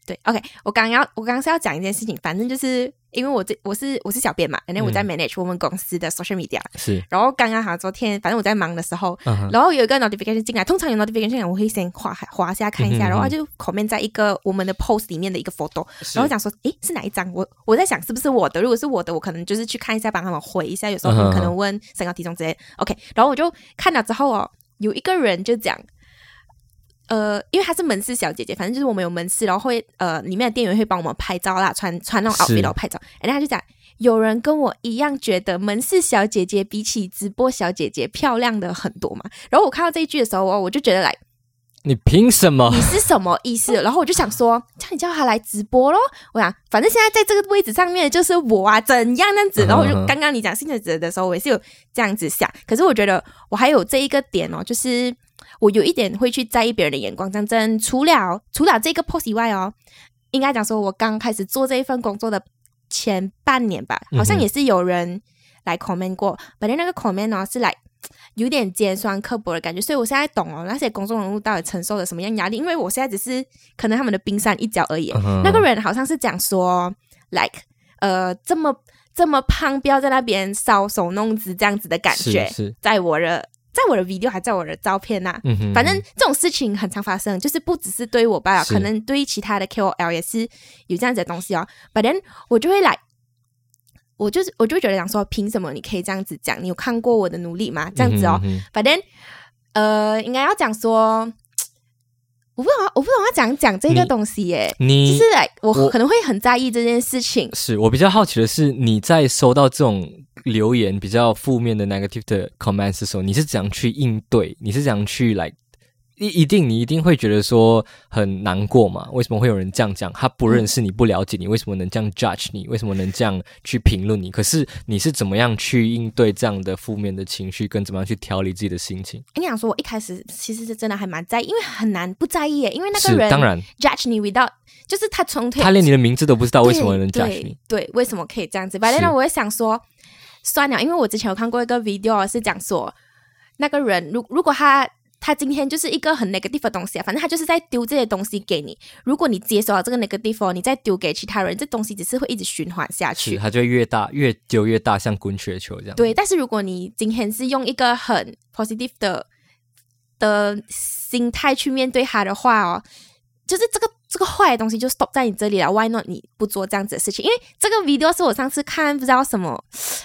Speaker 2: 对，OK，我刚要我刚刚是要讲一件事情，反正就是因为我这我是我是小编嘛，然后我在
Speaker 1: 嗯
Speaker 2: manage 我们公司的 social media，、
Speaker 1: 是，
Speaker 2: 然后刚刚好像昨天反正我在忙的时候，
Speaker 1: 嗯哼，
Speaker 2: 然后有一个 notification 进来，通常有 notification 进来，我会先划划下看一
Speaker 1: 嗯
Speaker 2: 下，
Speaker 1: 哼
Speaker 2: 然后它就 comment 在一个我们的 post 里面的一个 photo，
Speaker 1: 是
Speaker 2: 然后讲说，诶，是哪一张？我我在想是不是我的？如果是我的，我可能就是去看一下，帮他们回一下。有时候
Speaker 1: 嗯哼
Speaker 2: 我可能问身高体重之类的。OK，然后我就看了之后哦，有一个人就讲，呃，因为她是门市小姐姐，反正就是我们有门市，然后会呃里面的店员会帮我们拍照啦，穿穿那种
Speaker 1: 是
Speaker 2: outfit 然后拍照。然后她就讲，有人跟我一样觉得门市小姐姐比起直播小姐姐漂亮的很多嘛。然后我看到这一句的时候哦，我就觉得来。
Speaker 1: 你凭什么？
Speaker 2: 你是什么意思？然后我就想说，叫你叫他来直播咯。我想，反正现在在这个位置上面的就是我啊，怎样那样子。
Speaker 1: 嗯哼
Speaker 2: 然后我就
Speaker 1: 嗯哼
Speaker 2: 刚刚你讲幸存者的时候，我也是有这样子想。可是我觉得我还有这一个点哦，就是我有一点会去在意别人的眼光。讲真，除了除了这个 post 以外哦，应该讲说我刚开始做这一份工作的前半年吧，好像
Speaker 1: 嗯哼
Speaker 2: 也是有人来 comment 过，本来那个 comment 呢、是来有点尖酸刻薄的感觉，所以我现在懂哦，那些公众人物到底承受了什么样压力，因为我现在只是可能他们的冰山一角而已。那个人好像是讲说，like 呃，这么这么胖，不要在那边搔首弄姿这样子的感觉，
Speaker 1: 是是，
Speaker 2: 在我的在我的 video 还在我的照片啊呐、
Speaker 1: 嗯哼，
Speaker 2: 反正这种事情很常发生，就是不只是对我罢了，
Speaker 1: 是
Speaker 2: 可能对于其他的 KOL 也是有这样子的东西哦。反正我就会来，我就是我就会觉得讲说，凭什么你可以这样子讲？你有看过我的努力吗？这样子哦。
Speaker 1: 嗯哼
Speaker 2: 反正呃，应该要讲说，我不懂，我不懂要讲讲这个
Speaker 1: 你
Speaker 2: 东西耶。就
Speaker 1: 你
Speaker 2: 是来，我
Speaker 1: 我
Speaker 2: 可能会很在意这件事情。
Speaker 1: 是我比较好奇的是，你在收到这种留言比较负面的 negative 的 comments 的时候，你是怎样去应对？你是怎样去来？一一定你一定会觉得说很难过嘛？为什么会有人这样讲？他不
Speaker 2: 嗯
Speaker 1: 认识你，不了解你，为什么能这样 judge 你？为什么能这样去评论你？可是你是怎么样去应对这样的负面的情绪，跟怎么样去调理自己的心情？
Speaker 2: 你想说，我一开始其实是真的还蛮在意，因为很难不在意耶，因为那个
Speaker 1: 是
Speaker 2: 人
Speaker 1: 当然，
Speaker 2: judge 你 without，就是他从头
Speaker 1: 他连你的名字都不知哦道，为
Speaker 2: 对
Speaker 1: 什么能 judge
Speaker 2: 对
Speaker 1: 你？
Speaker 2: 对，为什么可以这样子？反正呢，
Speaker 1: 是
Speaker 2: 啊我也想说，算了，因为我之前有看过一个 video 是讲说，那个人，如如果他他今天就是一个很 negative 的东西啊，反正他就是在丢这些东西给你。如果你接收了这个 negative，哦你再丢给其他人，这东西只是会一直循环下
Speaker 1: 是
Speaker 2: 去。
Speaker 1: 它就会越大，越丢越大，像滚雪球这样。
Speaker 2: 对，但是如果你今天是用一个很 positive 的的心态去面对它的话哦，就是这个这个坏的东西就 stop 在你这里了。Why not？你不做这样子的事情？因为这个 video 是我上次看不知道什么，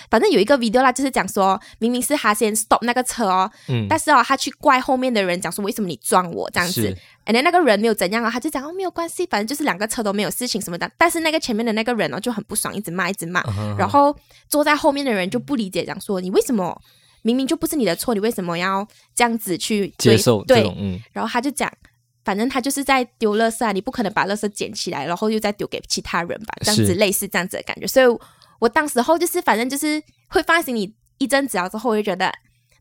Speaker 2: 反正有一个 video 啦，就是讲说明明是他先 stop 那个车哦，
Speaker 1: 嗯，
Speaker 2: 但是哦他去怪后面的人讲说为什么你撞我这样子
Speaker 1: 是，
Speaker 2: and then 那个人没有怎样啊，他就讲哦没有关系，反正就是两个车都没有事情什么的。但是那个前面的那个人哦就很不爽，一直骂一直骂。
Speaker 1: 嗯哼
Speaker 2: 然后坐在后面的人就不理解，讲说你为什么明明就不是你的错，你为什么要这样子去
Speaker 1: 接
Speaker 2: 对
Speaker 1: 受这
Speaker 2: 对
Speaker 1: 种，，嗯，
Speaker 2: 然后他就讲，反正他就是在丢垃圾啊，你不可能把垃圾捡起来，然后又再丢给其他人吧，这样
Speaker 1: 是
Speaker 2: 子类似这样子的感觉。所以我当时候就是反正就是会放在心里一阵子，然后之后我就觉得。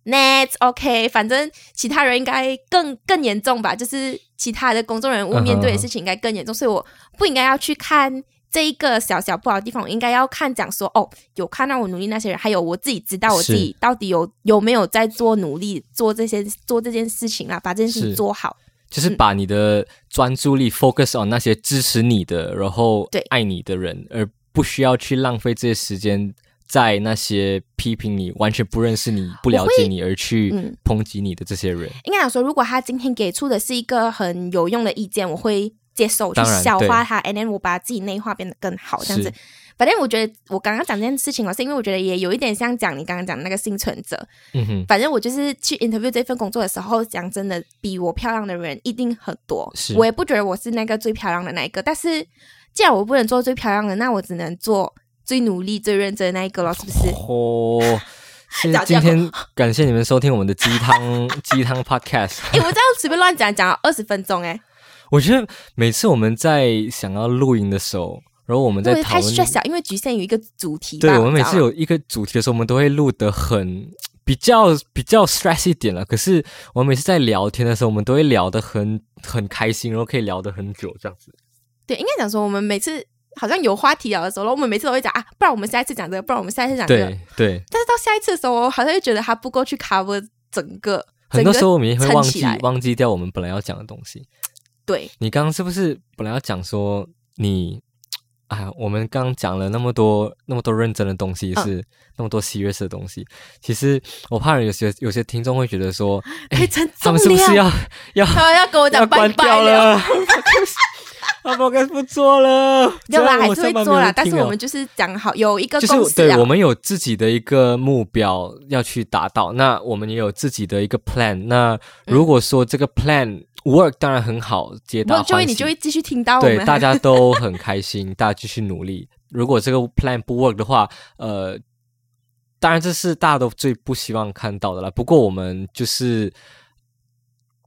Speaker 2: Net OK，反正其他人应该更更严重吧，就是其他的公众人
Speaker 1: 嗯
Speaker 2: 物
Speaker 1: 哼
Speaker 2: 面
Speaker 1: 嗯
Speaker 2: 对的
Speaker 1: 哼
Speaker 2: 事情应该更严重所以我不应该要去看这一个小小不好的地方，我应该要看讲说哦，有看到我努力那些人，还有我自己知道我
Speaker 1: 是
Speaker 2: 自己到底有有没有在做努力，做这些做这件事情啦，把这件事
Speaker 1: 是
Speaker 2: 情做好。
Speaker 1: 就是把你的专注力 focus on 那些支持你的，然后
Speaker 2: 对
Speaker 1: 爱你的人，而不需要去浪费这些时间在那些批评你、完全不认识你、不了解你而去
Speaker 2: 嗯
Speaker 1: 抨击你的这些人。
Speaker 2: 应该讲说，如果他今天给出的是一个很有用的意见，我会接受去
Speaker 1: 当然
Speaker 2: 消化它，and then 我把自己内化变得更好这样子
Speaker 1: 是。
Speaker 2: 反正我觉得我刚刚讲这件事情哦，是因为我觉得也有一点像讲你刚刚讲的那个幸存者。
Speaker 1: 嗯哼，
Speaker 2: 反正我就是去 interview 这份工作的时候，讲真的，比我漂亮的人一定很多
Speaker 1: 是。
Speaker 2: 我也不觉得我是那个最漂亮的那一个，但是既然我不能做最漂亮的，那我只能做最努力、最认真的那一个了，是不是？
Speaker 1: 哦。是
Speaker 2: 早
Speaker 1: 今
Speaker 2: 讲
Speaker 1: 天感谢你们收听我们的鸡 汤鸡汤 podcast。
Speaker 2: 哎诶，我这样随便乱讲讲了二十分钟、诶。哎
Speaker 1: 我觉得每次我们在想要录音的时候，然后我们
Speaker 2: 因
Speaker 1: 在
Speaker 2: 为
Speaker 1: 讨
Speaker 2: 太
Speaker 1: 论
Speaker 2: stress 了，因为局限于一个主题吧。
Speaker 1: 对，我们每次
Speaker 2: 你知道
Speaker 1: 有
Speaker 2: 吗
Speaker 1: 一个主题的时候，我们都会录得很比较比较 stress 一点了。可是我们每次在聊天的时候，我们都会聊得很很开心，然后可以聊得很久这样子。
Speaker 2: 对，应该讲说我们每次好像有话题聊的时候，然后我们每次都会讲啊，不然我们下一次讲这个，不然我们下一次讲这个。
Speaker 1: 对对，
Speaker 2: 但是到下一次的时候，我好像又觉得它不够去 cover 整个。
Speaker 1: 很多
Speaker 2: 整个
Speaker 1: 时候我们也会
Speaker 2: 撑
Speaker 1: 忘
Speaker 2: 起
Speaker 1: 记
Speaker 2: 来
Speaker 1: 忘记掉我们本来要讲的东西。
Speaker 2: 对，
Speaker 1: 你刚刚是不是本来要讲说你？哎呀，我们刚刚讲了那么多那么多认真的东西是，
Speaker 2: 嗯
Speaker 1: 那么多 serious 的东西。其实我怕有些有些听众会觉得说，
Speaker 2: 太沉
Speaker 1: 哎他
Speaker 2: 重
Speaker 1: 们是
Speaker 2: 了。
Speaker 1: 不是要 要
Speaker 2: 他要跟我
Speaker 1: 要
Speaker 2: 讲拜
Speaker 1: 关
Speaker 2: 拜
Speaker 1: 掉
Speaker 2: 了？
Speaker 1: 了，阿宝该不做了，
Speaker 2: 没有啦，
Speaker 1: 这样
Speaker 2: 还
Speaker 1: 我
Speaker 2: 是会
Speaker 1: 上班
Speaker 2: 做
Speaker 1: 没
Speaker 2: 啦。
Speaker 1: 人
Speaker 2: 但是
Speaker 1: 听哦
Speaker 2: 我们就是讲好有一个
Speaker 1: 就
Speaker 2: 共
Speaker 1: 是
Speaker 2: 识
Speaker 1: 对
Speaker 2: 啊
Speaker 1: 我。们有自己的一个目标要去达到，那我们也有自己的一个 plan。那如果说这个 plan work，当然很好，皆大
Speaker 2: 我嗯就会
Speaker 1: 欢
Speaker 2: 你
Speaker 1: 喜
Speaker 2: 就。会继续听哦到我
Speaker 1: 对，
Speaker 2: 们
Speaker 1: 大家都很开心，大家继续努力。如果这个 plan 不 work 的话，呃，当然这是大家都最不希望看到的啦。不过我们就是，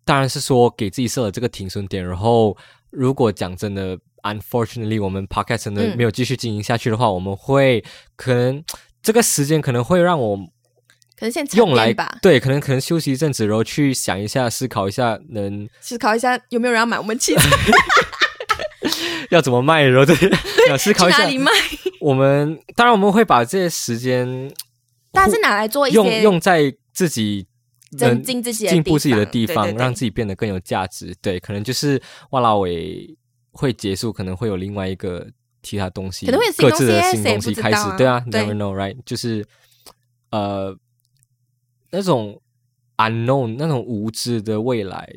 Speaker 1: 当然是说给自己设了这个停损点。然后，如果讲真的，unfortunately，我们 podcast 真的
Speaker 2: 嗯
Speaker 1: 没有继续经营下去的话，我们会可能这个时间可能会让我
Speaker 2: 可能现在沉
Speaker 1: 用
Speaker 2: 淀
Speaker 1: 来
Speaker 2: 吧，
Speaker 1: 对，可能可能休息一阵子，然后去想一下、思考一下能
Speaker 2: 思考一下有没有人要买我们器材，
Speaker 1: 要怎么卖，然后 对，要思
Speaker 2: 去
Speaker 1: 考一
Speaker 2: 哪
Speaker 1: 下
Speaker 2: 里。卖？
Speaker 1: 我们当然我们会把这些时间
Speaker 2: 大家是拿来做一
Speaker 1: 用
Speaker 2: 些
Speaker 1: 用在自己能
Speaker 2: 增进自己的
Speaker 1: 进步自己的地
Speaker 2: 对
Speaker 1: 方，
Speaker 2: 对对
Speaker 1: 让自己变得更有价值。对，可能就是哇啦尾会结束，可能会有另外一个其他东西，
Speaker 2: 可能会有
Speaker 1: 各
Speaker 2: 新东西
Speaker 1: 自的
Speaker 2: 耶
Speaker 1: 新
Speaker 2: 谁也
Speaker 1: 东西
Speaker 2: 不知
Speaker 1: 开始。
Speaker 2: 道啊
Speaker 1: 对啊
Speaker 2: 对
Speaker 1: ，never know right，就是呃那种 unknown 那种无知的未来。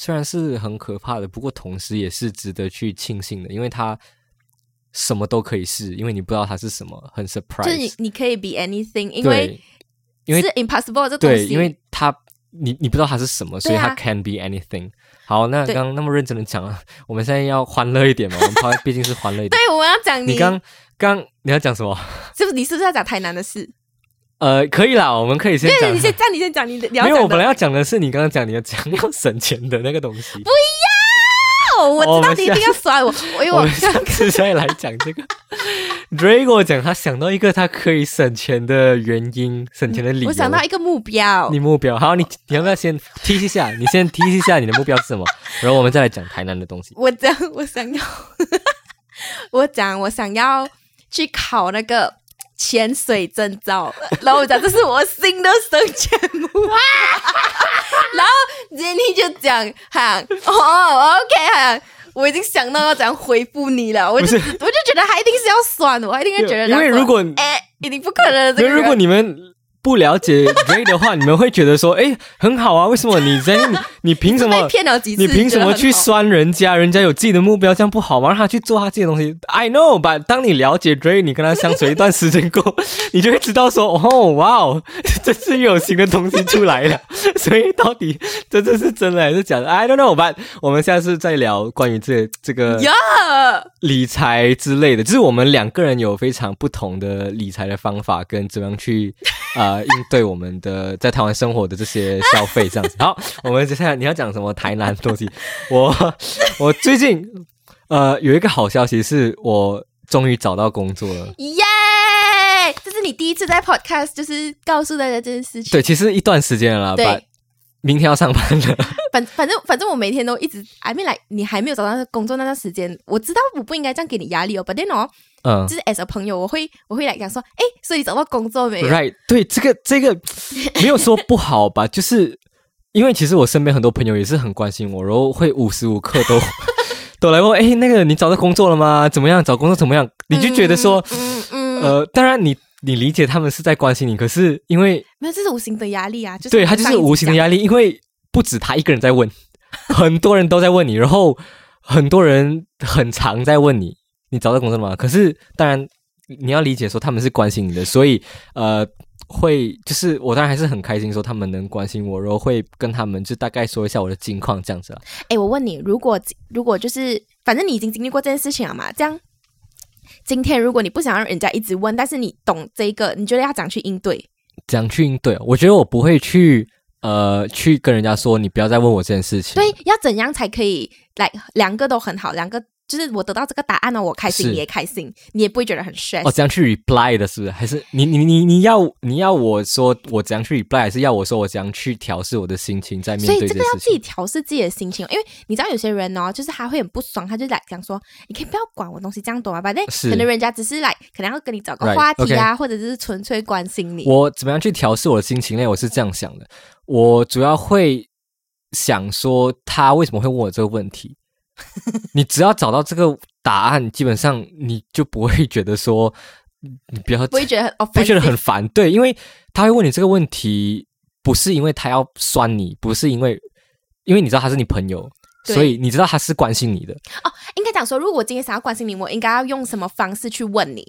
Speaker 1: 虽然是很可怕的，不过同时也是值得去庆幸的，因为它什么都可以试，因为你不知道它是什么，很 surprise。
Speaker 2: 就是你你可以 be anything，因为
Speaker 1: 对，因为
Speaker 2: 是 impossible 这东
Speaker 1: 对，
Speaker 2: 西，
Speaker 1: 因为它你你不知道它是什么，所以
Speaker 2: 对啊
Speaker 1: 它 can be anything。好，那
Speaker 2: 对
Speaker 1: 刚刚那么认真的讲了，我们现在要欢乐一点嘛，我们怕 毕竟是欢乐一点。
Speaker 2: 对我要讲
Speaker 1: 你刚刚你要讲什么？
Speaker 2: 是不是你是不是要讲台南的事？
Speaker 1: 呃，可以啦，我们可以先
Speaker 2: 对，
Speaker 1: 讲
Speaker 2: 你。先这样，你先讲你的，你要
Speaker 1: 没有，
Speaker 2: 讲的。
Speaker 1: 我本来要讲的是你刚刚讲你要讲要省钱的那个东西。
Speaker 2: 哦，
Speaker 1: 哦
Speaker 2: 我知
Speaker 1: 我
Speaker 2: 道
Speaker 1: 们
Speaker 2: 你一定要甩我，我因为
Speaker 1: 我
Speaker 2: 我
Speaker 1: 们下次再来讲这个。Ray 跟我讲，他想到一个他可以省钱的原因，省钱的理由。
Speaker 2: 我想到一个目标
Speaker 1: 你，目标，好，你你要不要先提一下？你先提一下你的目标是什么，然后我们再来讲台南的东西。
Speaker 2: 我讲 我想要，我讲我想要去考那个潜水证照，然后我讲这是我新的生全目，然后 Jenny 就讲，哈，哦，OK，哈，我已经想到要怎样回复你了，我就我就觉得他一定是要酸我，一定会觉得
Speaker 1: 因为
Speaker 2: 讲说
Speaker 1: 如果
Speaker 2: 哎，一定不可能的，这
Speaker 1: 因
Speaker 2: 个
Speaker 1: 为如果
Speaker 2: 人
Speaker 1: 你们不了解 Ray 的话，你们会觉得说，哎，很好啊，为什么你在你你凭什么
Speaker 2: 被？骗了几次，
Speaker 1: 你凭什么去
Speaker 2: 酸？
Speaker 1: 酸人家？人家有自己的目标，这样不好吗？让他去做他自己的东西。I know，but 当你了解 Dray，你跟他相处一段时间过后，你就会知道说，哦，哇哦， 这是又有新的东西出来了。所以到底这这是真的还是假的？I don't know，but 我们下次再聊关于这这个
Speaker 2: 呀
Speaker 1: 理财之类的，就是我们两个人有非常不同的理财的方法，跟怎么样去呃应对我们的在台湾生活的这些消费这样子。好，我们接下来你要讲什么台南的东西？我 我最近呃有一个好消息是我终于找到工作了。
Speaker 2: 耶！这是你第一次在 podcast 就是告诉大家这件事情。
Speaker 1: 对，其实一段时间了啦，
Speaker 2: 对
Speaker 1: but 明天要上班了。
Speaker 2: 反反正反正我每天都一直还没来，你还没有找到工作那段时间，我知道我不应该这样给你压力哦。But then 哦，
Speaker 1: 嗯
Speaker 2: 就是 as a 朋友，我会我会来讲说，哎，所以你找到工作没 有？
Speaker 1: Right，对这个这个没有说不好吧， 就是因为其实我身边很多朋友也是很关心我，然后会无时无刻 都都来问，哎、那个你找到工作了吗？怎么样？找工作怎么样？你就觉得说，
Speaker 2: 嗯嗯，
Speaker 1: 呃，当然你你理解他们是在关心你，可是因为
Speaker 2: 没有，这是无形的压力啊，就是
Speaker 1: 对他就是无形的
Speaker 2: 力。
Speaker 1: 压力，因为不止他一个人在问，很多人都在问你，然后很多人很常在问你，你找到工作了吗？可是当然你要理解说他们是关心你的，所以呃。会就是我当然还是很开心，说他们能关心我，然后会跟他们就大概说一下我的近况这样子啊。
Speaker 2: 哎，我问你，如果如果就是反正你已经经历过这件事情了嘛，这样。今天如果你不想让人家一直问，但是你懂这一个，你觉得要怎样去应对？
Speaker 1: 怎样去应对？哦我觉得我不会去呃去跟人家说你不要再问我这件事情。
Speaker 2: 对，要怎样才可以来？两个都很好，两个就是我得到这个答案了，我开心，
Speaker 1: 是
Speaker 2: 你也开心，你也不会觉得很 stress。
Speaker 1: 哦，怎样去 reply 的，是不是？还是你你你你要你要我说我怎样去 reply，还是要我说我怎样去调试我的心情在面
Speaker 2: 所以
Speaker 1: 对
Speaker 2: 这
Speaker 1: 这
Speaker 2: 个要
Speaker 1: 事
Speaker 2: 自己
Speaker 1: 情？
Speaker 2: 调试自己的心情，因为你知道有些人哦，就是他会很不爽，他就来讲说，你可以不要管我东西这样多嘛，反正
Speaker 1: 是
Speaker 2: 可能人家只是来，可能要跟你找个
Speaker 1: Right，
Speaker 2: 话题啊或者是纯粹关心你。
Speaker 1: 我怎么样去调试我的心情呢？我是这样想的，我主要会想说他为什么会问我这个问 题。你只要找到这个答案，基本上你就不会觉得说你不要
Speaker 2: 不会觉得很 offensive，
Speaker 1: 会觉得很烦。对，因为他会问你这个问题，不是因为他要酸你，不是因为，因为你知道他是你朋友，
Speaker 2: 对
Speaker 1: 所以你知道他是关心你的。
Speaker 2: 应该讲说，如果我今天想要关心你，我应该要用什么方式去问你？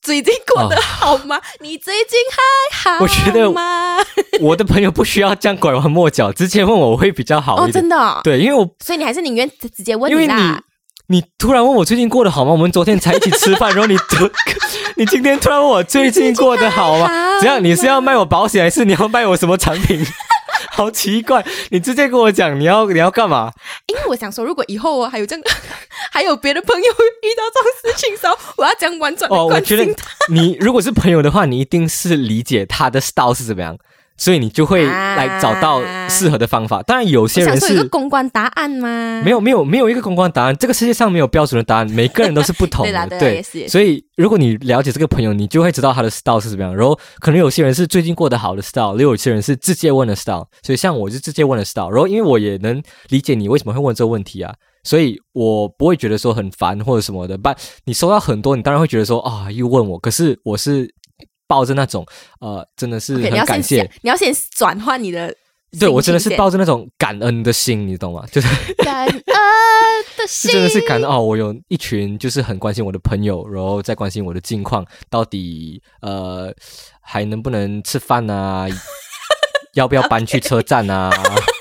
Speaker 2: 最近过得
Speaker 1: 哦
Speaker 2: 好吗？你最近还好吗？
Speaker 1: 我觉得我的朋友不需要这样拐弯抹角，直接问我会比较好
Speaker 2: 哦，
Speaker 1: 一点。
Speaker 2: 真的、哦，
Speaker 1: 对，因为我
Speaker 2: 所以你还是宁愿直直接问
Speaker 1: 因为
Speaker 2: 啦。
Speaker 1: 你你突然问我最近过得好吗？我们昨天才一起吃饭，然后你突 你今天突然问我最近过得好吗
Speaker 2: 最近 还好？
Speaker 1: 怎样？你是要卖我保险，还是你要卖我什么产品？ 好奇怪！你直接跟我讲你要你要干嘛？
Speaker 2: 因为我想说，如果以后我还有这样， 还有别的朋友遇到这种事情的时候，我要讲婉转
Speaker 1: 哦，
Speaker 2: 的
Speaker 1: 我
Speaker 2: 关
Speaker 1: 觉
Speaker 2: 心
Speaker 1: 得
Speaker 2: 他。
Speaker 1: 你如果是朋友的话，你一定是理解他的 style 是怎么样，所以你就会
Speaker 2: 啊
Speaker 1: 来找到适合的方法。当然，有些
Speaker 2: 我想
Speaker 1: 人
Speaker 2: 说有
Speaker 1: 是
Speaker 2: 个公关答案吗？
Speaker 1: 没有没有没有一个公关答案，这个世界上没有标准的答案，每个人都是不同
Speaker 2: 对啦
Speaker 1: 的。
Speaker 2: 对啦也是也是
Speaker 1: 所以如果你了解这个朋友，你就会知道他的 style 是怎么样。然后可能有些人是最近过得好的 style，也有些人是直接问的 style。所以像我是直接问的 style，然后因为我也能理解你为什么会问这个问题啊。所以我不会觉得说很烦或者什么的，但你收到很多，你当然会觉得说啊、又问我。可是我是抱着那种呃，真的是
Speaker 2: OK，
Speaker 1: 很
Speaker 2: 你要
Speaker 1: 感
Speaker 2: 先
Speaker 1: 谢
Speaker 2: 想，你要先转换你的心情先。
Speaker 1: 对我真的是抱着那种感恩的心，你懂吗？就是
Speaker 2: 感恩呃的
Speaker 1: 是
Speaker 2: 心，
Speaker 1: 真的是感到哦，我有一群就是很关心我的朋友，然后再关心我的近况，到底呃还能不能吃饭啊？ 要不要搬去车站啊？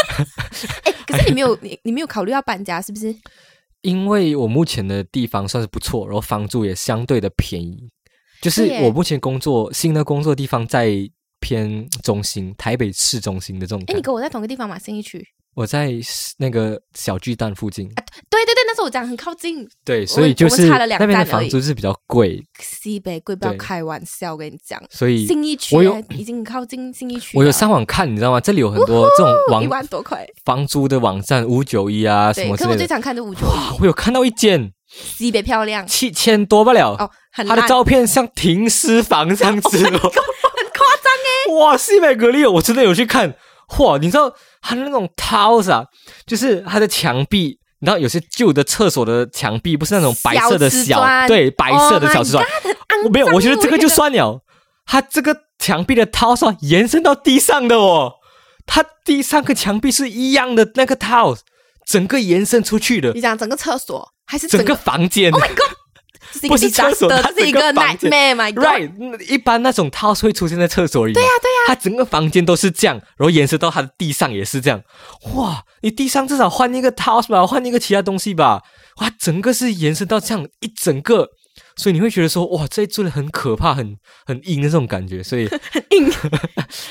Speaker 2: 哎、可是你没有 你你没有考虑要搬家是 不是？
Speaker 1: 因为我目前的地方算是不错，然后房租也相对的便宜。就是
Speaker 2: 对耶
Speaker 1: 我目前工作新的工作地方在偏中心，台北市中心的这种
Speaker 2: 哎、
Speaker 1: 感
Speaker 2: 你
Speaker 1: 觉。
Speaker 2: 跟我在同个地方嘛，新一区。
Speaker 1: 我在那个小巨蛋附近，
Speaker 2: 对对对，那时候我讲很靠近
Speaker 1: 对，所以就
Speaker 2: 啊我
Speaker 1: 是
Speaker 2: 们差了两
Speaker 1: 那边的
Speaker 2: 站而
Speaker 1: 房
Speaker 2: 已
Speaker 1: 租是比较贵，
Speaker 2: 西北贵，不要
Speaker 1: 对
Speaker 2: 开玩笑，我跟你讲，
Speaker 1: 所以
Speaker 2: 新一区
Speaker 1: 我有
Speaker 2: 已经很靠近新一区了，
Speaker 1: 我有上网看，你知道吗？这里有很多这种
Speaker 2: 一
Speaker 1: 网
Speaker 2: 万多块，
Speaker 1: 房租的网站，五九一啊什
Speaker 2: 对，
Speaker 1: 么
Speaker 2: 可
Speaker 1: 之
Speaker 2: 是我
Speaker 1: 类
Speaker 2: 最
Speaker 1: 的。啊
Speaker 2: 常看的五九一。
Speaker 1: 哇，我有看到一间，
Speaker 2: 西北漂亮
Speaker 1: 七千多不了。
Speaker 2: 哦，很
Speaker 1: 他的
Speaker 2: 烂
Speaker 1: 照片像停尸房这样子 哦，
Speaker 2: 很夸张哎、
Speaker 1: 哇，西北格力，我真的有去看，哇，你知道他的那种 tiles 啊，就是他的墙壁，你知道有些旧的厕所的墙壁不是那种白色的
Speaker 2: 小瓷
Speaker 1: 小，
Speaker 2: 砖
Speaker 1: 对，白色的
Speaker 2: Oh my
Speaker 1: 小瓷砖
Speaker 2: God，很肮脏
Speaker 1: 我没有，我觉得这个就
Speaker 2: 我
Speaker 1: 算了。它这个墙壁的套是延伸到地上的哦，它第三个墙壁是一样的那个套，整个延伸出去的
Speaker 2: 你，讲整个厕所还是
Speaker 1: 整
Speaker 2: 个 Oh
Speaker 1: 个房间。
Speaker 2: 这是一
Speaker 1: 不
Speaker 2: 个
Speaker 1: 是厕所
Speaker 2: disaster，
Speaker 1: 它
Speaker 2: 这是一
Speaker 1: 整个
Speaker 2: 个啊
Speaker 1: 房间
Speaker 2: nightmare，my god，
Speaker 1: right，那一般那种套会出现在厕所里。对呀、对呀、它整个房间都是这样，然后延伸到它的地上也是这样。哇，你地上至少换一个套吧，换一个其他东西吧。哇，整个是延伸到这样一整个，所以你会觉得说，哇，这做的很可怕，很很阴的这种感觉。所以
Speaker 2: 硬。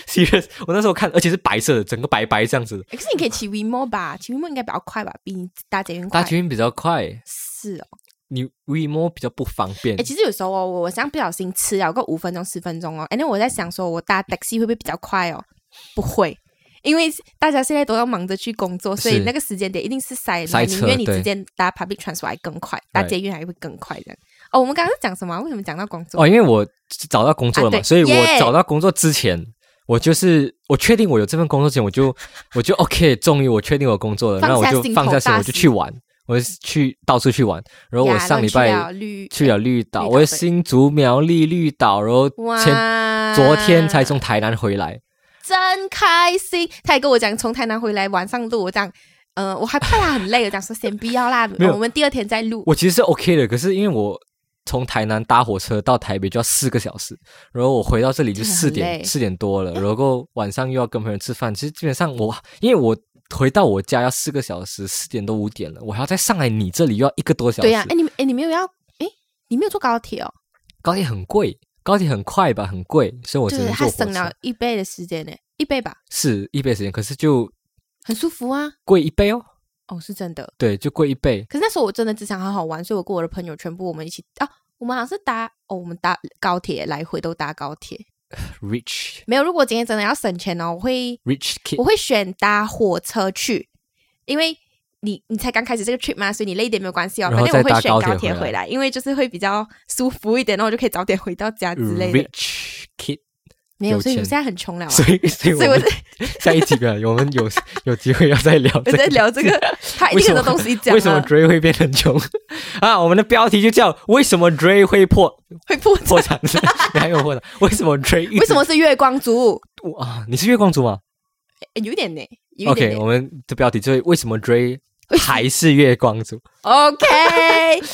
Speaker 1: serious，我那时候看，而且是白色的，整个白白这样子。
Speaker 2: 可是你可以骑 WeMo 吧，骑 WeMo 应该比较快吧，比你搭捷运
Speaker 1: 搭
Speaker 2: 快。
Speaker 1: 捷运比较快，
Speaker 2: 是哦，
Speaker 1: 你 WeMo 比较不方便
Speaker 2: 哎、。其实有时候哦，我我像不小心吃了个五分钟十分钟哦，哎，那我在想说，我搭 taxi 会不会比较快哦？不会，因为大家现在都要忙着去工作，所以
Speaker 1: 是
Speaker 2: 那个时间点一定是塞
Speaker 1: 塞
Speaker 2: 满，
Speaker 1: 车
Speaker 2: 宁愿你
Speaker 1: 对
Speaker 2: 直接搭 public transport 还更快，搭
Speaker 1: Right
Speaker 2: 捷运还会更快这样。哦，我们刚刚讲什么啊？为什么讲到工作？
Speaker 1: 哦，因为我找到工作了
Speaker 2: 啊
Speaker 1: 嘛，
Speaker 2: 对
Speaker 1: 所以我
Speaker 2: 耶
Speaker 1: 找到工作之前，我就是我确定我有这份工作之前，我就我就 OK，终于我确定我工作了，
Speaker 2: 放
Speaker 1: 那我
Speaker 2: 下
Speaker 1: 就
Speaker 2: 心头
Speaker 1: 放下心，
Speaker 2: 大
Speaker 1: 我就
Speaker 2: 石
Speaker 1: 去玩，我就去到处去玩。然后我
Speaker 2: 呀
Speaker 1: 上礼
Speaker 2: 然后
Speaker 1: 拜
Speaker 2: 你去了
Speaker 1: 去
Speaker 2: 绿
Speaker 1: 了绿岛，
Speaker 2: 绿岛
Speaker 1: 我的
Speaker 2: 对
Speaker 1: 新竹、苗栗、绿岛，然后前
Speaker 2: 哇，
Speaker 1: 昨天才从台南回来。
Speaker 2: 真开心。他也跟我讲，从台南回来晚上录，我讲，呃，我还怕他很累，我讲说先不要 啦，
Speaker 1: 没有
Speaker 2: 我们第二天再录。
Speaker 1: 我其实是 OK 的，可是因为我从台南搭火车到台北就要四个小时，然后我回到这里就
Speaker 2: 真的
Speaker 1: 四
Speaker 2: 很
Speaker 1: 点
Speaker 2: 累
Speaker 1: 四点多 了，然后晚上又要跟朋友吃饭。其实基本上我因为我回到我家要四个小时，四点多五点了，我还要再上来你这里又要一个多小时。
Speaker 2: 对呀、哎、你哎你没有要哎你没有坐高铁哦，
Speaker 1: 高铁很贵，高铁很快吧，很贵，所以我
Speaker 2: 就
Speaker 1: 只
Speaker 2: 是
Speaker 1: 能
Speaker 2: 他
Speaker 1: 坐火
Speaker 2: 省了
Speaker 1: 车。
Speaker 2: 一倍的时间呢，一倍吧，
Speaker 1: 是一倍时间，可是就
Speaker 2: 很舒服啊。
Speaker 1: 贵一倍哦。
Speaker 2: 哦，是真的。
Speaker 1: 对，就贵一倍。
Speaker 2: 可是那时候我真的只想好好玩，所以我跟我的朋友全部我们一起啊，我们好像是搭哦，我们搭高铁来回都搭高铁。
Speaker 1: Rich
Speaker 2: 没有，如果今天真的要省钱哦，我会
Speaker 1: rich kid
Speaker 2: 我会选搭火车去，因为你你才刚开始这个 trip 嘛，所以你累一点没有关系哦。
Speaker 1: 然
Speaker 2: 反
Speaker 1: 后
Speaker 2: 正我
Speaker 1: 再搭
Speaker 2: 会选
Speaker 1: 高铁
Speaker 2: 高铁
Speaker 1: 回来
Speaker 2: 回来，因为就是会比较舒服一点，然后我就可以早点回到家之类的。
Speaker 1: rich kid，
Speaker 2: 没
Speaker 1: 嗯
Speaker 2: 有，
Speaker 1: 有
Speaker 2: 所以我
Speaker 1: 钱
Speaker 2: 现在很穷了、啊。
Speaker 1: 所以所以我
Speaker 2: 所以我
Speaker 1: 们
Speaker 2: 在
Speaker 1: 下一集吧，我们有 有机会要再聊
Speaker 2: 我
Speaker 1: 这个。
Speaker 2: 在聊这 个，他一定很多东西讲啊
Speaker 1: 为什么
Speaker 2: 了，
Speaker 1: Dray 会变成穷啊？我们的标题就叫“为什么 Dray 会破
Speaker 2: 会破产。
Speaker 1: 破产”，你还有破产？为什么 Dray 一直
Speaker 2: 为什么是月光族？
Speaker 1: 哇？你是月光族吗
Speaker 2: 诶有一点呢，有一点
Speaker 1: ？OK，
Speaker 2: 呢。
Speaker 1: 我们的标题就是“为什么 Dray
Speaker 2: 为什么
Speaker 1: 还是月光族
Speaker 2: OK，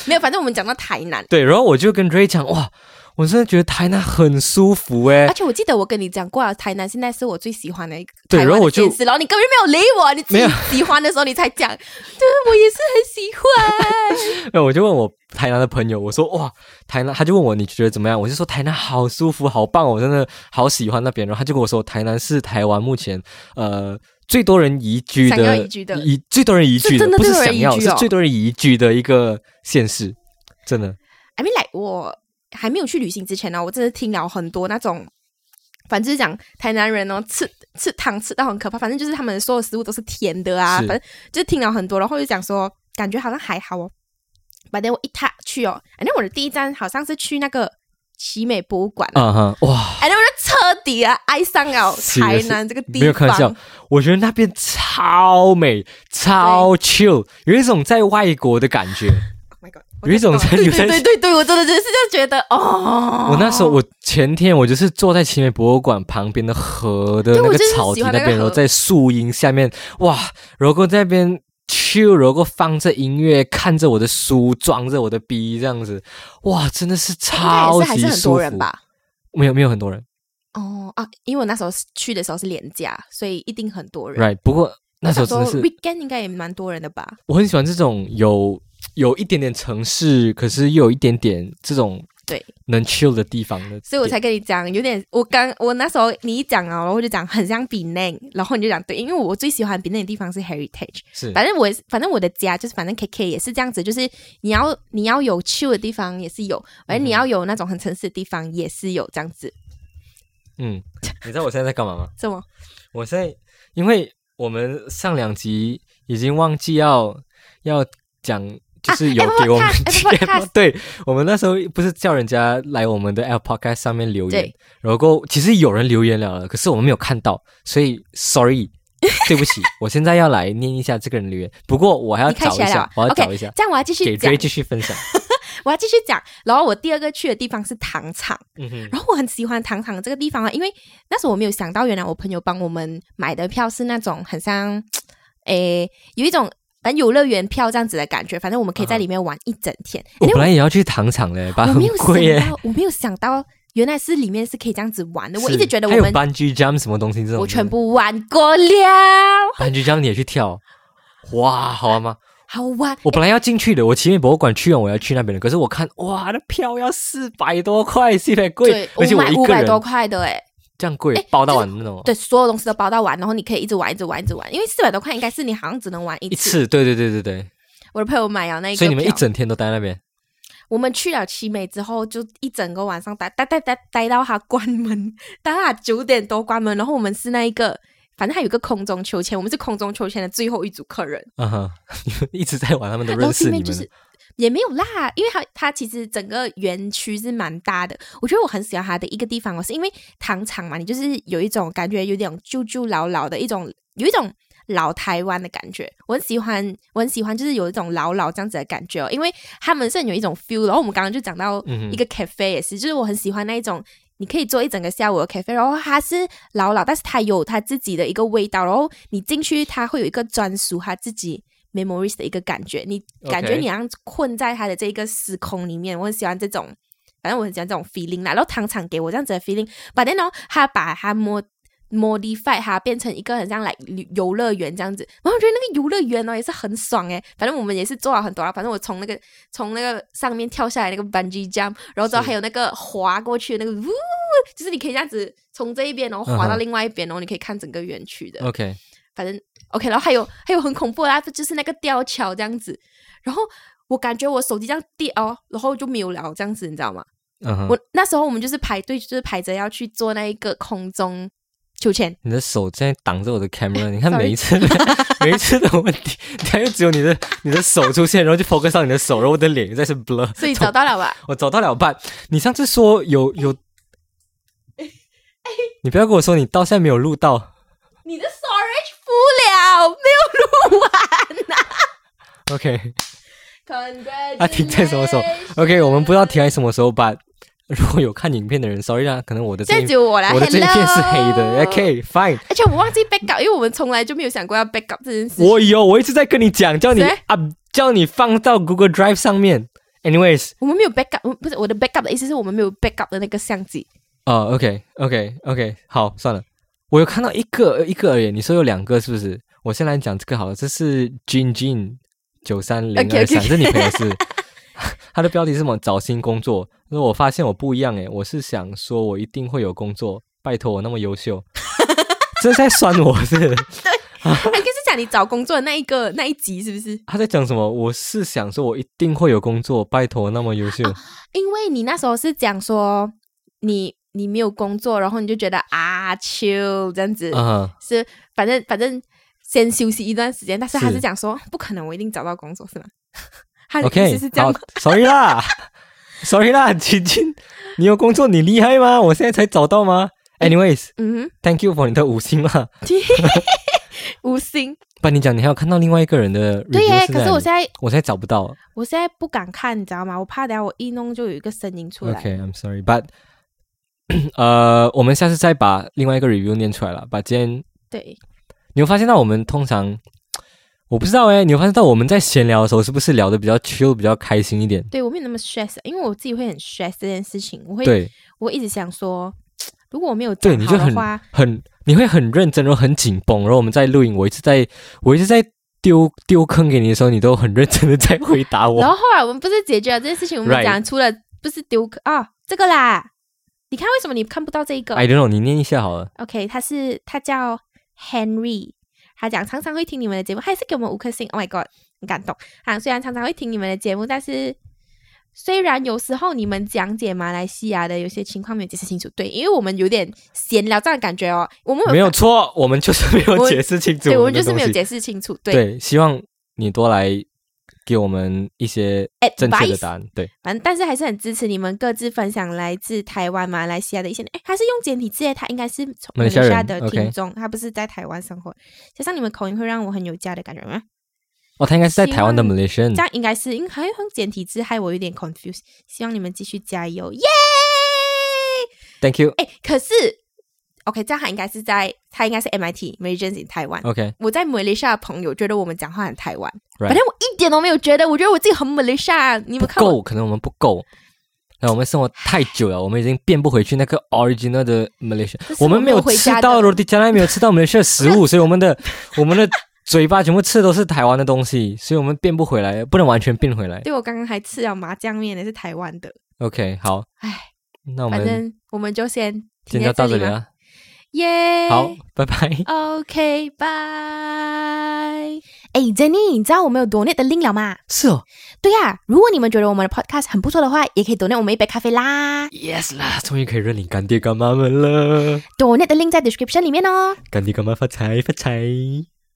Speaker 2: 没有， 反正我们讲到台南”。，
Speaker 1: 对，然后我就跟 Dray 讲，哇，我真的觉得台南很舒服欸诶。
Speaker 2: 而且我记得我跟你讲过啊，台南现在是我最喜欢的一个
Speaker 1: 对
Speaker 2: 台湾
Speaker 1: 然后我
Speaker 2: 的
Speaker 1: 就
Speaker 2: 县市然后你根本就没有理我，你自
Speaker 1: 没有
Speaker 2: 己喜欢的时候你才讲，对我也是很喜欢。
Speaker 1: 那我就问我台南的朋友，我说哇，台南，他就问我你觉得怎么样？我就说台南好舒服，好棒，我真的好喜欢那边。然后他就跟我说，台南是台湾目前呃最多人移居的，
Speaker 2: 想要移居的
Speaker 1: 移最多人移居
Speaker 2: 是真的
Speaker 1: 不是
Speaker 2: 最多
Speaker 1: 想
Speaker 2: 人移
Speaker 1: 要，
Speaker 2: 居
Speaker 1: 是
Speaker 2: 哦
Speaker 1: 最多人移居的一个县市，真的。
Speaker 2: I mean like 我还没有去旅行之前呢，我真的听了很多那种，反正就是讲台南人哦，吃吃糖吃到很可怕，反正就是他们所有食物都是甜的啊，
Speaker 1: 是
Speaker 2: 反正就是听了很多，然后就讲说感觉好像还好哦。反正我一踏去哦，反正我的第一站好像是去那个奇美博物馆啊，
Speaker 1: 啊哈、哇！
Speaker 2: 反正我就彻底啊爱上了台
Speaker 1: Seriously，
Speaker 2: 南这个地方。Oh
Speaker 1: 没有开玩笑，我觉得那边超美、超 chill，有一种在外国的感觉。
Speaker 2: Oh my god！
Speaker 1: 有一种
Speaker 2: 我真
Speaker 1: 有
Speaker 2: 的
Speaker 1: 在
Speaker 2: 对对对对对，我真的真是就觉得哦，
Speaker 1: 我那时候，我前天我就是坐在奇美博物馆旁边的河的
Speaker 2: 对
Speaker 1: 那
Speaker 2: 我
Speaker 1: 个
Speaker 2: 就是
Speaker 1: 草
Speaker 2: 喜
Speaker 1: 地
Speaker 2: 欢
Speaker 1: 那
Speaker 2: 那个
Speaker 1: 边，然后
Speaker 2: 河
Speaker 1: 在树荫下面，哇，然后在那边 chill，然后放着音乐，看着我的书，装着我的逼，这样子，哇，真的是
Speaker 2: 哎应该
Speaker 1: 超级舒服。
Speaker 2: 也是还是很多人吧？
Speaker 1: 没有没有很多人
Speaker 2: 哦啊，因为我那时候是去的时候是廉价，所以一定很多人。
Speaker 1: ，right？不过那时候真的是
Speaker 2: weekend 应该也蛮多人的吧？
Speaker 1: 我很喜欢这种有有一点点城市，可是又有一点点这种
Speaker 2: 对
Speaker 1: 能 chill 的地方的点，
Speaker 2: 所以我才跟你讲，有点我刚我那时候你一讲啊，然后我就讲很像 Penang，然后你就讲对，因为我最喜欢 Penang 的地方是 Heritage。
Speaker 1: 是
Speaker 2: 反正我反正我的家就是反正 KK 也是这样子，就是你要你要有 chill 的地方也是有，反正你要有那种很城市的地方也是有这样子。
Speaker 1: 嗯，你知道我现在在干嘛吗？
Speaker 2: 这么
Speaker 1: 我现在因为我们上两集已经忘记要要讲就是有
Speaker 2: 啊 Apple
Speaker 1: 给我们
Speaker 2: Podcast- Apple Podcast
Speaker 1: 对我们那时候不是叫人家来我们的 Apple Podcast 上面留言
Speaker 2: 对，
Speaker 1: 然后其实有人留言了，可是我们没有看到，所以 sorry，对 不起，我现在要来念一下这个人留言，不过我还要
Speaker 2: 你开
Speaker 1: 找
Speaker 2: 起
Speaker 1: 一
Speaker 2: 来了
Speaker 1: 下，我要
Speaker 2: o k
Speaker 1: 找一下，
Speaker 2: 这样我要继
Speaker 1: 给
Speaker 2: 续讲
Speaker 1: Ray，继续分享。
Speaker 2: 我要继续讲。然后我第二个去的地方是糖厂，
Speaker 1: 嗯 哼，
Speaker 2: 然后我很喜欢糖厂这个地方啊，因为那时候我没有想到，原来我朋友帮我们买的票是那种很像，诶，有一种很游乐园票这样子的感觉。反正我们可以在里面玩一整天。
Speaker 1: 我本来也要去糖厂嘞，吧，
Speaker 2: 我没
Speaker 1: 很
Speaker 2: 有
Speaker 1: 贵耶
Speaker 2: 想。到，我没有想到，原来是里面是可以这样子玩的。我
Speaker 1: 是
Speaker 2: 一直觉得
Speaker 1: 还
Speaker 2: 我
Speaker 1: 有
Speaker 2: 们
Speaker 1: bungee jump 什么东西这种，
Speaker 2: 我全部玩过了，
Speaker 1: bungee jump 你也去跳，哇，好玩吗？
Speaker 2: 好玩。
Speaker 1: 我本来要进去的，我奇美博物馆去完我要去那边的，可是我看哇，那票要四百多块，四百贵
Speaker 2: 对，，我
Speaker 1: 而且我
Speaker 2: 买
Speaker 1: 一
Speaker 2: 五
Speaker 1: 个
Speaker 2: 百
Speaker 1: 人
Speaker 2: 多块的哎，
Speaker 1: 这样贵
Speaker 2: 哎，
Speaker 1: 包到完那种。
Speaker 2: 对，所有东西都包到完，然后你可以一直玩，一直玩，一直玩。因为四百多块应该是你好像只能玩一
Speaker 1: 一
Speaker 2: 次。
Speaker 1: 次，对对对对对，
Speaker 2: 我的朋友买了那一个
Speaker 1: 所以你们一
Speaker 2: 哎票
Speaker 1: 整天都待在那边，
Speaker 2: 我们去了七美之后，就一整个晚上待待待待待到他关门，待到他九点多关门。然后我们是那一个，反正还有一个空中秋千，我们是空中秋千的最后一组客人。
Speaker 1: 嗯哼， 你们一直在玩他们的
Speaker 2: 然后
Speaker 1: 认
Speaker 2: 七
Speaker 1: 识
Speaker 2: 妹
Speaker 1: 你
Speaker 2: 就
Speaker 1: 们
Speaker 2: 是也没有啦，因为它它其实整个园区是蛮大的。我觉得我很喜欢它的一个地方哦，是因为糖厂嘛，你就是有一种感觉，有点旧旧老老的一种，有一种老台湾的感觉。我很喜欢，我很喜欢，就是有一种老老这样子的感觉哦，因为他们是很有一种 feel。然后我们刚刚就讲到
Speaker 1: 嗯哼
Speaker 2: 一个 cafe 也是，就是我很喜欢那一种。你可以做一整个下午的 cafe，然后它是老老，但是它有它自己的一个味道，然后你进去它会有一个专属它自己 memories 的一个感觉，你
Speaker 1: OK
Speaker 2: 感觉你好像困在它的这一个时空里面。我很喜欢这种，反正我很喜欢这种 feeling 啦。然后糖厂给我这样子的 feeling，把电脑它把它摸。modify 它变成一个很像来游乐园这样子，然后我觉得那个游乐园哦也是很爽诶，反正我们也是做了很多啦，啊反正我从那个从那个上面跳下来那个 bungee jump，然后之后
Speaker 1: 是
Speaker 2: 还有那个滑过去的那个呜，就是你可以这样子从这一边然后滑
Speaker 1: 嗯
Speaker 2: 到
Speaker 1: 哼呃
Speaker 2: 另外一边，然后你可以看整个园区的。
Speaker 1: ，OK，
Speaker 2: 反正 OK，然后还有还有很恐怖的啊，就是那个吊桥这样子，然后我感觉我手机这样掉哦，然后就没有了这样子，你知道吗？
Speaker 1: 嗯哼，
Speaker 2: 我那时候我们就是排队，就是排着要去做那一个空中秋千，
Speaker 1: 你的手现在挡着我的 camera，你看
Speaker 2: Sorry
Speaker 1: 每一次的 每一次的问题， 它又只有你的你的手出现，然后就 focus 上你的手，然后我的脸又在是 blur，
Speaker 2: 所以找到了吧？
Speaker 1: 我找到了伴。你上次说有有，你不要跟我说你到现在没有录到。
Speaker 2: 你的 storage full 了，没有录完。
Speaker 1: OK
Speaker 2: Congratulations！
Speaker 1: 啊停在什么时候哦 OK，我们不知道停在什么时候吧。 如果有看影片的人，sorry 啦，可能我的这
Speaker 2: 这
Speaker 1: 一
Speaker 2: 只有我啦，
Speaker 1: 我的这一片是黑的。
Speaker 2: hello
Speaker 1: OK fine，
Speaker 2: 而且我忘记 back up，因为我们从来就没有想过要 back up 这件事。
Speaker 1: 我有，我一直在跟你讲，叫你
Speaker 2: 谁
Speaker 1: 啊，叫你放到 Google Drive 上面。Anyways，
Speaker 2: 我们没有 back up，不是我的 back up 的意思是我们没有 back up 的那个相机。
Speaker 1: 哦，OK，OK，OK，、好，算了。我有看到一个呃一个而已，你说有两个是不是？我先来讲这个好了，这是 Jin Jin 九三零二
Speaker 2: OK，OK，OK
Speaker 1: 三，这你朋友是。他的标题是什么？找新工作。那我发现我不一样诶，我是想说我一定会有工作，拜托我那么优秀， 这是在酸我是不是？
Speaker 2: 他应该是讲你找工作的那一个那一集是不是？
Speaker 1: 他在讲什么？我是想说我一定会有工作，拜托我那么优秀。
Speaker 2: 因为你那时候是讲说你你没有工作，然后你就觉得啊秋这样子，
Speaker 1: 嗯，
Speaker 2: 是反正反正先休息一段时间。但是他
Speaker 1: 是
Speaker 2: 是讲说不可能，我一定找到工作是吗？ 他的意
Speaker 1: OK，
Speaker 2: 思是这样
Speaker 1: 好
Speaker 2: 吗
Speaker 1: ，Sorry 啦，Sorry 啦，晶晶，你有工作你厉害吗？我现在才找到吗？Anyways，Thank
Speaker 2: 嗯
Speaker 1: you for 你的五星啦。
Speaker 2: 哼，无心
Speaker 1: 不然你讲，你还有看到另外一个人的 review
Speaker 2: 对耶。
Speaker 1: 在
Speaker 2: 可
Speaker 1: 哪
Speaker 2: 是我
Speaker 1: 里
Speaker 2: 现在
Speaker 1: 我现在找不到。
Speaker 2: 我现在不敢看，你知道吗？我怕等下我一弄就有一个声音出来。
Speaker 1: OK，I'm sorry，but 呃，我们下次再把另外一个 review 念出来了。把今天
Speaker 2: 对，
Speaker 1: 你有发现到我们通常。我不知道哎、你有发现到我们在闲聊的时候是不是聊的比较 chill、比较开心一点？
Speaker 2: 对我没有那么 stress，因为啊我自己会很 stress 这件事情，我会
Speaker 1: 对，
Speaker 2: 我会一直想说，如果我没有
Speaker 1: 对
Speaker 2: 讲
Speaker 1: 你
Speaker 2: 好
Speaker 1: 就
Speaker 2: 的话，
Speaker 1: 很你会很认真，然后很紧绷，然后我们在录影，我一直在我一直在丢丢坑给你的时候，你都很认真的在回答
Speaker 2: 然
Speaker 1: 我。
Speaker 2: 后后来我们不是解决了这件事情，我们
Speaker 1: Right
Speaker 2: 讲出了不是丢啊、这个啦，你看为什么你看不到这一个
Speaker 1: I don't know，你念一下好了。
Speaker 2: ？OK，他是他叫 Henry，他讲常常会听你们的节目，他也是给我们五颗星，Oh my god，很感动。啊，虽然常常会听你们的节目，但是虽然有时候你们讲解马来西亚的有些情况没有解释清楚，对，因为我们有点闲聊这样的感觉哦，我们
Speaker 1: 没有错，我们就是没有
Speaker 2: 我
Speaker 1: 解释清楚
Speaker 2: 对，我
Speaker 1: 们
Speaker 2: 们
Speaker 1: 的
Speaker 2: 就是没有
Speaker 1: 东西
Speaker 2: 解释清楚，对
Speaker 1: 对，希望你多来给我们一些
Speaker 2: Advice
Speaker 1: 正确的答案。对，
Speaker 2: 反正但是还是很支持你们各自分享来自台湾、马来西亚的一些。哎，他是用简体字耶，他应该是从
Speaker 1: 马来西
Speaker 2: 西
Speaker 1: 亚人
Speaker 2: 亚的
Speaker 1: OK
Speaker 2: 听众，他不是在台湾生活。加上你们口音会让我很有家的感觉吗？
Speaker 1: 哦，他应该是在台湾的
Speaker 2: 希
Speaker 1: Malaysian
Speaker 2: 这。样应该是，因为还用简体字害我有点 confuse。希望你们继续加油，耶！
Speaker 1: Thank you。
Speaker 2: 哎，可是 OK，这样他应该是在他应该是 MIT m a l a y s i a n in 台湾。
Speaker 1: OK，
Speaker 2: 我在马来西亚的朋友觉得我们讲话很台湾
Speaker 1: 嗯 Right
Speaker 2: 反正我一点都没有觉得，我觉得我自己很马来西亚。你
Speaker 1: 不
Speaker 2: 们看我
Speaker 1: 够，可能我们不够。那我们生活太久了，我们已经变不回去那个 original 的 Malaysia
Speaker 2: 这。是
Speaker 1: 我
Speaker 2: 我
Speaker 1: 们没有
Speaker 2: 没有回
Speaker 1: 吃
Speaker 2: 家的
Speaker 1: 到罗迪加奈，没有吃到 Malaysia 的食物，所以我们 的我们的嘴巴全部吃的都是台湾的东西，所以我们变不回来，不能完全变回来。
Speaker 2: 对我刚刚还吃了麻酱面，也是台湾的。
Speaker 1: OK，好，
Speaker 2: 唉，
Speaker 1: 那我
Speaker 2: 反
Speaker 1: 们
Speaker 2: 正我们就先
Speaker 1: 今天
Speaker 2: 停
Speaker 1: 就
Speaker 2: 在
Speaker 1: 到
Speaker 2: 这
Speaker 1: 这里
Speaker 2: 里吧
Speaker 1: 了，
Speaker 2: 耶！
Speaker 1: 好，拜拜。
Speaker 2: ，OK，拜。哎，Jenny，你知道我们有 donate 的 link 了吗？
Speaker 1: 是哦
Speaker 2: 对呀、如果你们觉得我们的 podcast 很不错的话，也可以 donate 我们一杯咖啡啦。
Speaker 1: ，Yes 啦，啊终于可以认领干爹干妈们了，
Speaker 2: donate 的 link 在 description 里面哦。
Speaker 1: 干爹干妈发财发财。